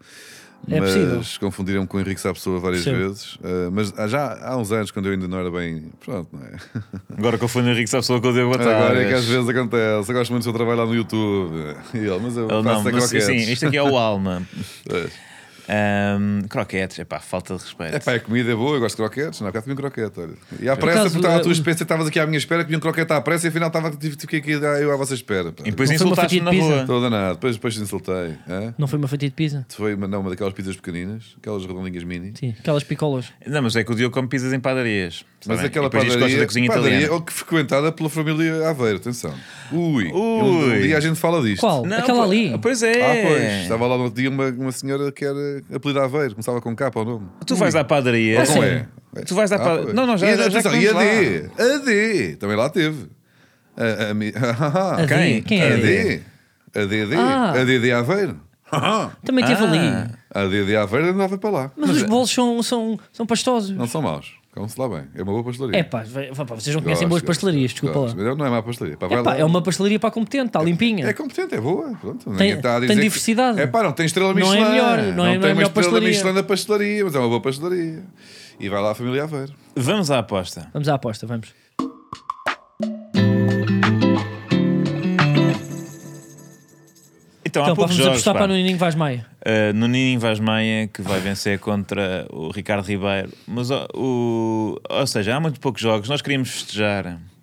A: É
B: mas
A: possível.
B: confundiram-me com o Henrique Sapessoa várias
A: Percebo.
B: vezes. Ah, mas há- já há uns anos, quando eu ainda não era bem. Pronto, não é? [laughs]
C: Agora que eu fui no Henrique Sapessoa com o Diogo Batalhas.
B: Agora é que às vezes acontece. Eu gosto muito do seu trabalho lá no YouTube. E ele, mas eu
C: Ele não,
B: faço a
C: mas,
B: croquetes.
C: sim, isto aqui é o alma.
B: É.
C: Ahm, croquetes, é pá, falta de respeito.
B: É pá, a comida é boa, eu gosto de croquetes. Não, cá comi um croquete, olha. E à
A: acaso,
B: pressa, porque estava à
A: eh,
B: tua espera, estavas aqui à minha espera, comi um croquete à pressa e afinal estava, tive, tive que ir aqui ah, eu à vossa espera. Pá.
C: e depois
A: Não foi uma
C: insultaste-me na
A: fatia de
C: rua.
A: pizza?
B: Estou danado, depois, depois te insultei. Hã?
A: Não foi uma fatia de pizza?
B: Foi uma, não, uma daquelas pizzas pequeninas, aquelas redondinhas mini.
A: Sim, aquelas picolas.
C: Não, mas é que o Diogo come pizzas em padarias.
B: Mas
C: Está bem?
B: aquela
C: E depois diz que gosta
B: padaria,
C: da cozinha
B: padaria
C: italiana.
B: ou que frequentada pela família Aveiro, atenção. Ui, Um,
C: Ui.
B: um dia a gente fala disto.
A: Qual?
C: Não,
A: Aquela
C: po-
A: ali.
C: Pois
B: Ah, pois.
C: é.
B: Estava lá no outro dia uma, uma senhora que era apelida Aveiro, começava com K o nome.
C: tu vais à padaria.
A: Ah,
B: Não
A: sim.
B: é?
C: assim? Tu vais à
B: Ah,
C: padaria.
B: pois.
C: Não, não, já,
B: e,
C: já, já
B: atenção,
C: comemos
B: e a
C: lá.
B: D? A D também lá teve. A, a, mi- [laughs]
A: A D?
C: Ah, quem?
A: Quem
B: a,
A: é?
C: A D?
B: D. A D, D.
A: Ah.
B: A D de Aveiro. [laughs]
A: Também teve
C: Ah.
A: ali.
B: A D de Aveiro andava para lá. é,
A: Mas, é- os bolos são, são, são pastosos.
B: Não são maus. Come-se lá bem. É uma boa pastelaria.
A: É pá, vai- vai- pá, vocês não
B: Gosto,
A: conhecem boas
B: gosto,
A: pastelarias, desculpa
B: gosto.
A: lá.
B: Mas Não é má pastelaria. Pá, vai
A: É pá,
B: lá.
A: é uma pastelaria para competente, está limpinha.
B: É competente, é boa. Pronto,
A: Tem-
B: ninguém está a
A: tem
B: dizer que-
A: diversidade.
B: É pá, não tem estrela
A: Não é
B: Michelin.
A: melhor, não é- não é
B: tem
A: melhor
B: uma estrela
A: pastelaria.
B: Michelin na pastelaria, mas é uma boa pastelaria. E vai lá a família Aveiro.
C: Vamos à aposta.
A: Vamos à aposta, vamos. Então,
C: Então, há
A: pá, vamos
C: poucos jogos.
A: apostar
C: pá.
A: para no Ninho Vaz Maia.
C: Uh, Nuninho Vaz Maia que vai vencer contra o Ricardo Ribeiro. Mas ó, o, ou seja, há muito poucos jogos, nós queríamos festejar. Uh,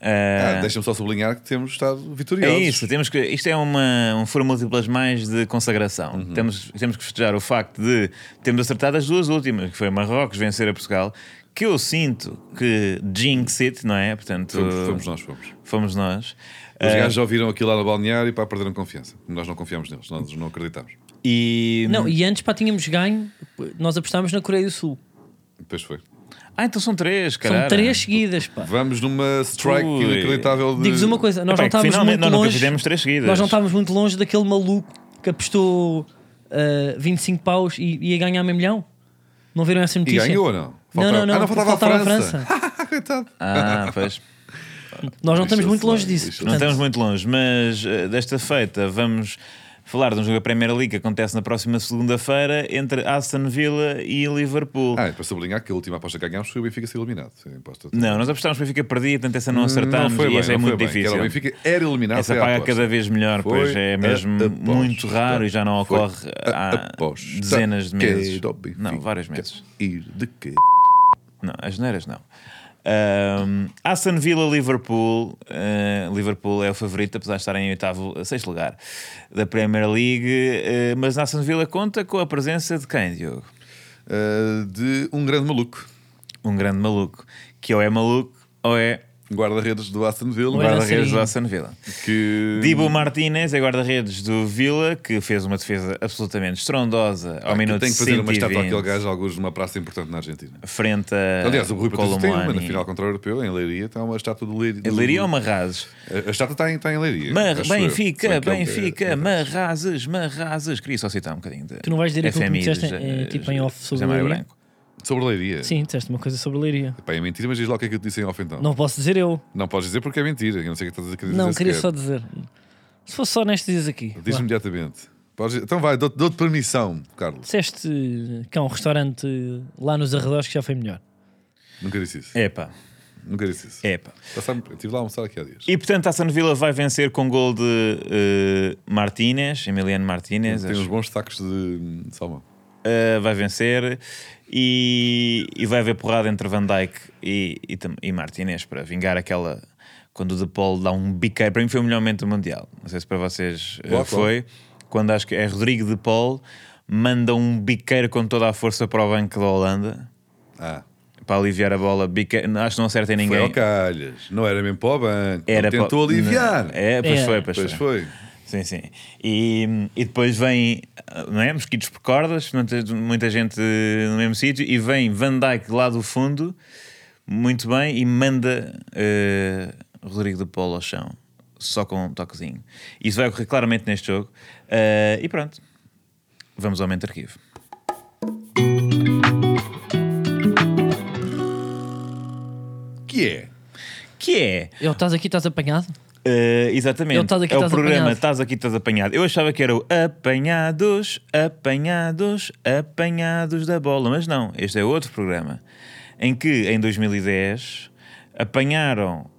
B: Ah, Deixa-me só sublinhar que temos estado
C: é
B: vitoriosos.
C: isso, temos que, isto é uma, um furo múltiplas mais de consagração.
B: Uhum.
C: Temos, temos que festejar o facto de termos acertado as duas últimas, que foi Marrocos vencer a Portugal, que eu sinto que jinx it, não é? Portanto,
B: Fomos, fomos nós, fomos.
C: fomos nós.
B: Os
C: Uh,
B: gajos já ouviram aquilo lá no balneário e pá, perderam confiança. Nós não confiamos neles, nós não acreditamos.
C: e,
A: Não, e antes pá, tínhamos ganho, nós apostámos na Coreia do Sul.
B: Depois foi.
C: Ah, então são três, caralho.
A: São três seguidas, pá.
B: Vamos numa strike
C: Ui.
B: inacreditável de.
A: Digo-vos uma coisa, nós não
C: Epá, é que
A: estávamos
C: finalmente-
A: muito
C: nós nunca
A: longe.
C: fizemos três seguidas.
A: Nós não estávamos muito longe daquele maluco que apostou ah, 25 paus e e ia ganhar meio milhão. Não viram essa
B: E
A: notícia?
B: ganhou ou não?
A: Não, não, não.
B: Ah, não faltava, a França.
A: França.
B: Coitado.
C: Ah, pois.
A: Nós não estamos
B: Deixa-se
A: muito longe
B: bem,
A: disso.
B: deixa-se
C: Não
A: portanto,
C: estamos muito longe, mas eh, desta feita vamos falar de um jogo da Premier League que acontece na próxima segunda-feira entre Aston Villa e Liverpool.
B: Ah, e para sublinhar que a última aposta que ganhámos foi o Benfica ser eliminado. Sim, aposta.
C: Não, nós apostámos para o Benfica perdido, portanto essa não acertámos e essa é
B: não foi
C: muito
B: bem, que
C: difícil.
B: Era o Benfica era eliminado.
C: Essa
B: foi a
C: paga
B: aposta.
C: cada vez melhor,
B: Foi
C: pois é
B: a
C: mesmo
B: aposta.
C: muito raro e já não
B: Foi
C: ocorre
B: a
C: há
B: aposta
C: dezenas de meses.
B: que era o Benfica
C: Não, vários meses.
B: Ir de quê?
C: Não, as neiras não. Ahm, Aston Villa Liverpool. Ah, Liverpool é o favorito, apesar de estar em oitavo, eh, sexto lugar da Premier League. Ah, mas Aston Villa conta com a presença de quem, Diogo?
B: Ah, de um grande maluco.
C: Um grande maluco. Que ou é maluco ou é
B: Guarda-redes do Aston
A: Ou é
B: Villa.
A: dançarino.
C: guarda-redes do Aston Villa.
B: Que...
C: Dibu Martínez é guarda-redes do Villa, que fez uma defesa absolutamente estrondosa ao
B: Pá, Ah, que
C: minuto
B: Tem que fazer uma
C: 120,
B: estátua àquele gajo, alguns numa praça importante na Argentina.
C: Frente a
B: Aliás, o Rui Patrício tem uma na
C: É, Colomani. É
B: final contra o Europeu, em Leiria, está uma estátua do Leiria. do-
C: Leiria ou Marrazes?
B: A- A estátua está em, está em Leiria.
C: Mar-
B: acho eu. Se
C: Benfica,
B: bem que é. ele-
C: Benfica, Marrazes, Marrazes. Queria só citar um bocadinho. De
A: Tu não vais dizer aquilo que me
C: FMI de
A: disseste, eh,
C: José-
A: tipo, em off sobre
C: José Mário
A: Leiria?
C: Branco.
B: Sobre Leiria.
A: Sim, disseste uma coisa sobre leiria.
B: Pá, é mentira, mas diz lá o que é que eu te disse em off então.
A: Não posso dizer eu.
B: Não podes dizer porque é mentira. Eu não sei o que é. estás a querer dizer.
A: Não, queria
B: sequer.
A: só dizer. Se fosse só nestes dias aqui.
B: Diz
A: vá.
B: imediatamente. Podes- Então vai, dou-te dou-te permissão, Carlos.
A: Disseste que há um restaurante lá nos arredores que já foi melhor.
B: Nunca disse isso.
C: Epá,
B: Nunca disse isso.
C: epá.
B: Passava- eu Estive lá a almoçar aqui há dias.
C: E portanto, a Aston Villa vai vencer com gol de eh, Martínez, Emiliano Martínez.
B: Tem
C: acho
B: uns bons tacos de de salmão.
C: Uh, vai vencer e, e vai haver porrada entre Van Dijk e, e, tam- e Martinez para vingar aquela quando o De Paul dá um biqueiro. Para mim foi o melhor momento do Mundial. Não sei se para vocês uh,
B: Boa,
C: foi. Quando acho que é Rodrigo De Paul manda um biqueiro com toda a força para o banco da Holanda
B: Ah,
C: para aliviar a bola. Biqueiro, acho que não acerta em
B: foi
C: ninguém.
B: ao calhas. Não era mesmo para o banco.
C: Era
B: Ele tentou
C: para-
B: aliviar.
C: Não, É, pois
A: É.
C: foi, pois,
B: Pois
C: foi.
B: foi.
C: Sim, sim. E, e depois vem, não é? Mosquitos por cordas, muita, muita gente no mesmo sítio, e vem Van Dijk lá do fundo, muito bem, e manda eh, Rodrigo de Paulo ao chão, só com um toquezinho. Isso vai ocorrer claramente neste jogo. Eh, e pronto, vamos ao momento de arquivo.
B: Que é?
C: Que é,
A: Eu estás aqui, estás apanhado?
C: eh, exatamente,
A: Eu estás aqui,
C: é o
A: estás
C: programa
A: apanhado.
C: Estás Aqui, Estás Apanhado. Eu achava que era o Apanhados, Apanhados, Apanhados da Bola, mas não, este é outro programa em que em 2010 apanharam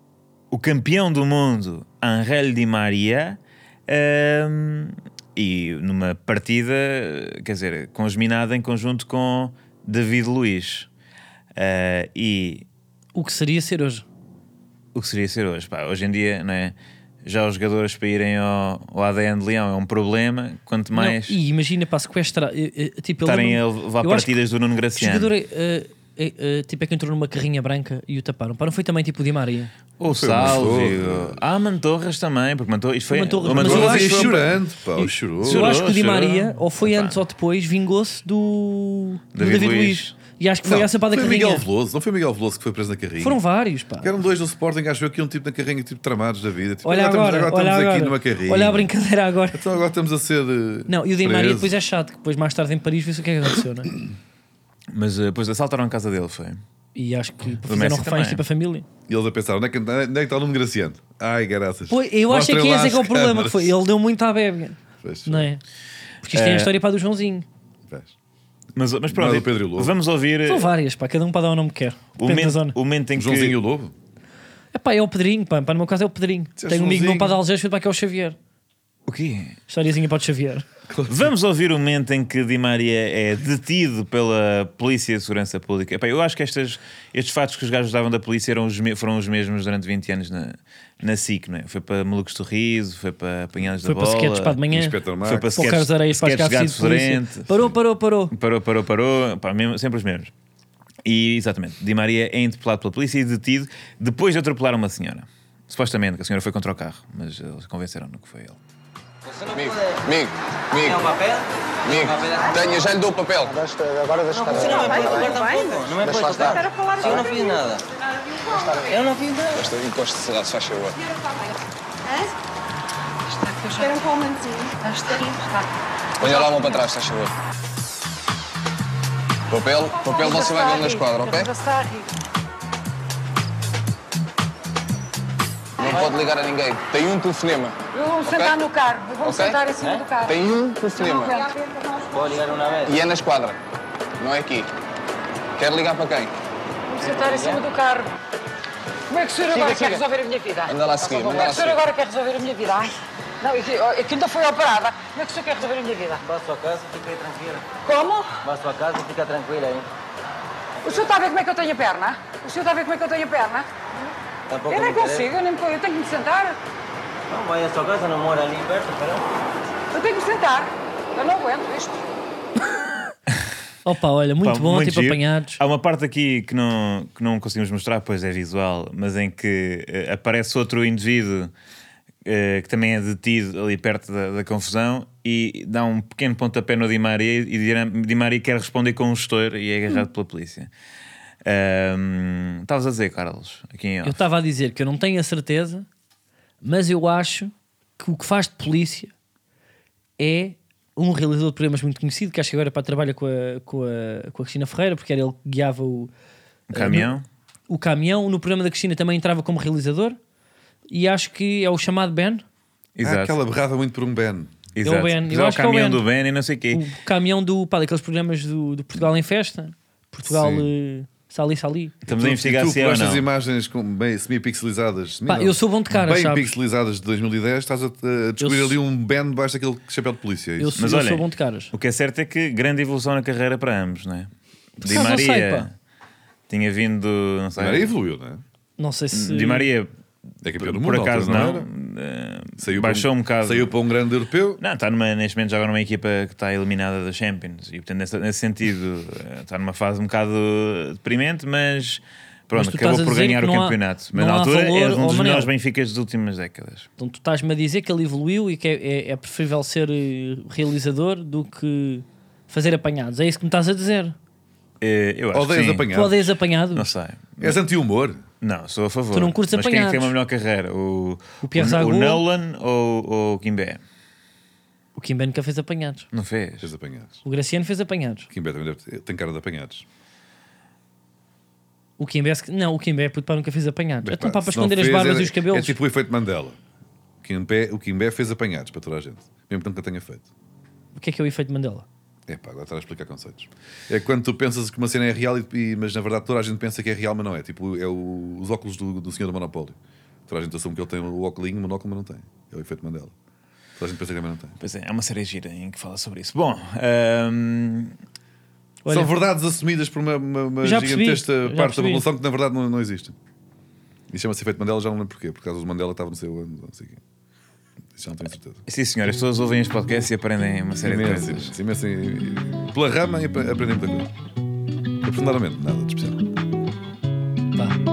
C: o campeão do mundo, Angel Di Maria, hum, e numa partida, quer dizer, congeminada em conjunto com David Luiz. Ah, e
A: O que seria ser hoje?
C: o que seria ser hoje. Pá, hoje em dia, não é? já os jogadores para irem ao, ao ADN de Leão é um problema, quanto mais
A: Não, e imagina, para sequestrar. eh, eh, Tipo, eu
C: estarem a
A: lembro-me-
C: levar
A: eu acho
C: partidas do Nuno
A: que O
C: Graciano.
A: jogador é, eh, eh, eh, tipo, é que entrou numa carrinha branca e o taparam. Para não foi também tipo o Di Maria?
C: Ou
B: Foi o Mano
C: Sálvio.
B: Torres.
C: Ah, Mantorras também, porque Mantorras. Isto foi
A: O Mantorras-
C: o
A: Mas
B: Mas
A: eu
B: eu
A: acho-
B: chorando, pá. ele chorou.
A: eu
C: Chorou,
A: acho que o Di
C: chorou.
A: Maria, ou foi
C: Epá.
A: antes ou depois, vingou-se do do
C: David
A: David,
C: Luiz.
A: Luiz. E acho que foi
B: Não,
A: essa para da
B: foi
A: carrinha.
B: Miguel Veloso. Não foi Miguel Veloso que foi preso na carrinha.
A: Foram vários, pá.
B: Que Eram dois do Sporting, acho eu, que iam tipo na carrinha, tipo tramados da vida. Tipo,
A: Olha
B: estamos-
A: agora, olha
B: estamos
A: agora.
B: aqui numa carrinha.
A: Olha a brincadeira agora.
B: Então agora estamos a ser. eh,
A: Não, e o Di Maria
B: presos.
A: depois é chato, que depois mais tarde em Paris vê-se o que é que aconteceu, não é?
C: Mas eh, depois assaltaram a casa dele, foi.
A: E acho que
C: Messi
A: fizeram reféns
C: também.
A: tipo a família.
B: E eles a pensar, onde é que, onde é que está o nome Graciano? Ai, graças.
A: Pois, eu acho é que
B: Mostrem
A: esse
B: lá
A: é
B: as
A: que é o problema que
B: câmaras.
A: foi. Ele deu muito à bébia,
B: Pois,
A: não é? Porque isto é
C: É.
A: a história para a do Joãozinho.
B: pois.
C: Mas, eh, mas pronto,
B: Mas o Pedro e o Lobo.
C: vamos ouvir eh,
A: São várias, pá, cada um para dar o nome que quer. Depende
C: o,
A: da
C: momento,
A: zona.
C: o momento em que.
B: Joãozinho e o Lobo?
A: É pá, é o Pedrinho, pá, pá, no meu caso é o Pedrinho.
B: Disseste
A: Tenho um amigo
B: Joãozinho.
A: meu para dar Algés, foi para que é o Xavier.
C: O quê?
A: Historiazinha para o Xavier.
C: Vamos ouvir o momento em que Di Maria é detido pela Polícia de Segurança Pública. Epá, eu acho que estas- estes fatos que os gajos davam da polícia eram os me- foram os mesmos durante 20 anos na, na SIC, não é? Foi para Malucos do Riso, foi para Apanhados
A: Foi
C: da
A: para
C: Bola.
A: Sequetes para de manhã.
B: Inspector Max.
C: Foi para
A: Para o Carlos Areias, para as
C: sketches
A: Gatos
C: Gato
A: de Polícia.
C: Fedorento.
A: Parou, parou, parou.
C: Parou, parou, parou. Pá, mesmo- sempre os mesmos. E, exatamente, Di Maria é interpelado pela polícia e detido depois de atropelar uma senhora. Supostamente, que a senhora foi contra o carro, mas eles convenceram-no que foi ele.
D: Você não
E: Amigo,
D: pode.
E: amigo,
D: Tem o
E: amigo,
D: papel? Tem o
E: amigo.
D: papel
F: assim.
D: aqui?
E: Tenho, já lhe dou o papel.
F: Desta- agora deixa estar.
D: Você não vai
G: Vai,
D: pôr
G: vai,
D: tampouco. Não vai pôr
E: Deixa lá
D: tampouco.
E: estar.
G: Para falar
D: Eu não fiz nada. Eu não fiz nada.
E: Esta encosta-se lá, se faz favor.
G: um É? Espera um momentinho.
E: Olha lá uma para trás, se faz favor. Papel, papel você vai vendo na esquadra, ok?
G: Já está a rir.
E: Não pode ligar a ninguém. Tem um telefonema.
F: Eu vou sentar no carro, eu vou
E: Ok.
F: sentar em cima
E: É?
F: do carro.
E: Tem um
F: Eu não
D: é.
E: telefonema.
F: quero.
G: então,
D: Vou ¿eh? ligar uma vez.
E: E é na esquadra. Não é aqui. Quer ligar para quem?
F: Vou sentar em cima do carro. Como é que o senhor agora quer
E: siga.
F: resolver a minha vida?
E: Anda lá a seguir,
F: Como
E: anda lá
F: é que
E: a
F: o senhor
E: seguir.
F: agora quer resolver a minha vida? Ai, Não, eu, eu, eu que ainda foi operada. Como é que o senhor quer resolver a minha vida?
D: Vá à sua casa e fica aí tranquila.
F: Como?
D: Vá à sua casa e fica tranquila aí.
F: O senhor está a ver como é que eu tenho a perna? O senhor está a ver como é que eu tenho a perna?
D: Tampouco
F: Eu nem
D: me interessa.
F: consigo, eu, nem, me co- eu tenho que me sentar.
D: Não, vai à sua casa, não mora ali perto, pera.
F: Eu tenho que me sentar. Eu não aguento isto.
A: Opa, olha, muito
C: Pá,
A: bom, tipo
C: giro.
A: apanhados.
C: Há uma parte aqui que não, que não conseguimos mostrar, pois é visual, mas em que eh, aparece outro indivíduo eh, que também é detido ali perto da, da confusão e dá um pequeno pontapé no Di Maria e Dira- Di Maria quer responder com um estouro e é
A: Hum.
C: agarrado pela polícia. Ahm, Estavas a dizer, Carlos, aqui em
A: Eu
C: off.
A: estava a dizer que eu não tenho a certeza, mas eu acho que o que faz de polícia é um realizador de programas muito conhecido, que acho que agora para trabalha com a, com, a, com a Cristina Ferreira, porque era ele que guiava o, Ah, eh,
C: Um caminhão?
A: o caminhão. No programa da Cristina também entrava como realizador, e acho que é o chamado Ben.
C: Exato.
B: Ah, aquela berrava muito por um Ben.
C: exato.
A: Ben, eu
C: Pois é, o
A: acho que é o
C: caminhão
A: Ben.
C: do Ben e não sei o quê.
A: O caminhão do pá, daqueles programas do, do Portugal em Festa, Portugal eh, Sali Sali.
C: Estamos a
B: Tu-
C: investigar
B: tu,
C: se
B: que
C: é ou
B: gostas de
C: não.
B: imagens com bem semi-pixelizadas. semi-
A: Pá,
B: não,
A: eu sou bom de cara,
B: Bem
A: sabes?
B: pixelizadas de 2010, estás a, a descobrir
A: Eu sou-
B: ali um Ben debaixo daquele chapéu de polícia. é
A: Eu,
B: isso?
A: sou-
C: Mas
A: eu
C: olhem,
A: sou bom de caras.
C: O que é certo é que grande evolução na carreira para ambos, não é? Di
A: acaso não
C: Maria
A: sei, pá.
C: tinha vindo, não sei.
B: Mas aí evoluiu, não é?
A: Não sei se.
C: Di Maria,
B: É campeão
C: por,
B: do
C: por
B: mundo. na
C: acaso
B: altura,
C: não,
B: era?
C: eh,
B: Saiu para
C: baixou um bocado.
B: Saiu para um grande europeu.
C: Não, está numa, neste momento joga numa equipa que está eliminada da Champions e portanto nesse, nesse sentido eh, está numa fase um bocado deprimente, mas pronto,
A: Mas tu
C: acabou
A: estás a
C: por
A: dizer
C: ganhar
A: que
C: o
A: não há-
C: campeonato. mas
A: não
C: na
A: há
C: altura
A: valor
C: era um
A: ao
C: dos
A: Manel.
C: melhores Benficas das últimas décadas.
A: Então tu estás-me a dizer que ele evoluiu e que é, é- é preferível ser eh, realizador do que fazer apanhados. É isso que me estás a dizer.
C: Eh, Eu acho
B: Odeias
C: que sim.
A: Tu
B: apanhado.
A: odeias apanhados?
C: Não sei.
B: És anti-humor.
C: Não, sou a favor.
A: Tu não curtes
C: Mas quem é que tem
A: apanhados.
C: uma melhor carreira? O,
A: O Pierre
C: o,
A: Zagu?
C: o Nolan ou, ou o Kimbé?
A: O Kim Ben nunca fez apanhados.
C: Não fez?
B: És apanhados.
A: O Graciano fez apanhados.
B: Kimber também deve ter- tem cara de apanhados.
A: O Kim Ben, se- não, o Kim Ben, puto, pá, nunca fez apanhados.
B: Bem,
A: então
B: É pá,
A: pá, para
B: se não
A: esconder as
B: fez,
A: barbas
B: é-
A: e os cabelos.
B: É tipo o efeito Mandela. O Kimbé, o Kimbé fez apanhados para toda a gente, mesmo que nunca tenha feito.
A: O que é que é o efeito Mandela?
B: É pá, agora estar a explicar conceitos. É quando tu pensas que uma cena é real, e, e- mas na verdade toda a gente pensa que é real, mas não é. Tipo, é o- os óculos do, do senhor do Monopólio. Toda a gente assume que ele tem o óculinho, o monóculo, mas não tem. É o efeito Mandela. Toda a gente pensa que também não tem.
C: Pois é, é uma série gira em que fala sobre isso. Bom, hum,
A: Olha,
B: São verdades assumidas por uma, uma- uma
A: Já percebi,
B: gigantesca
A: já
B: parte da
A: percebi.
B: população que na verdade não, não existe. E chama-se efeito Mandela, já não lembro porquê, por causa do Mandela estava no seu ano, não sei o quê. Isso já não tenho certeza.
C: sim senhor, as pessoas ouvem este podcast e aprendem uma série de
B: Imenso,
C: coisas.
B: imenso, imenso. e- e- Pela rama e apre- aprendi muita coisa. Aprofundadamente, nada de especial.
A: pá.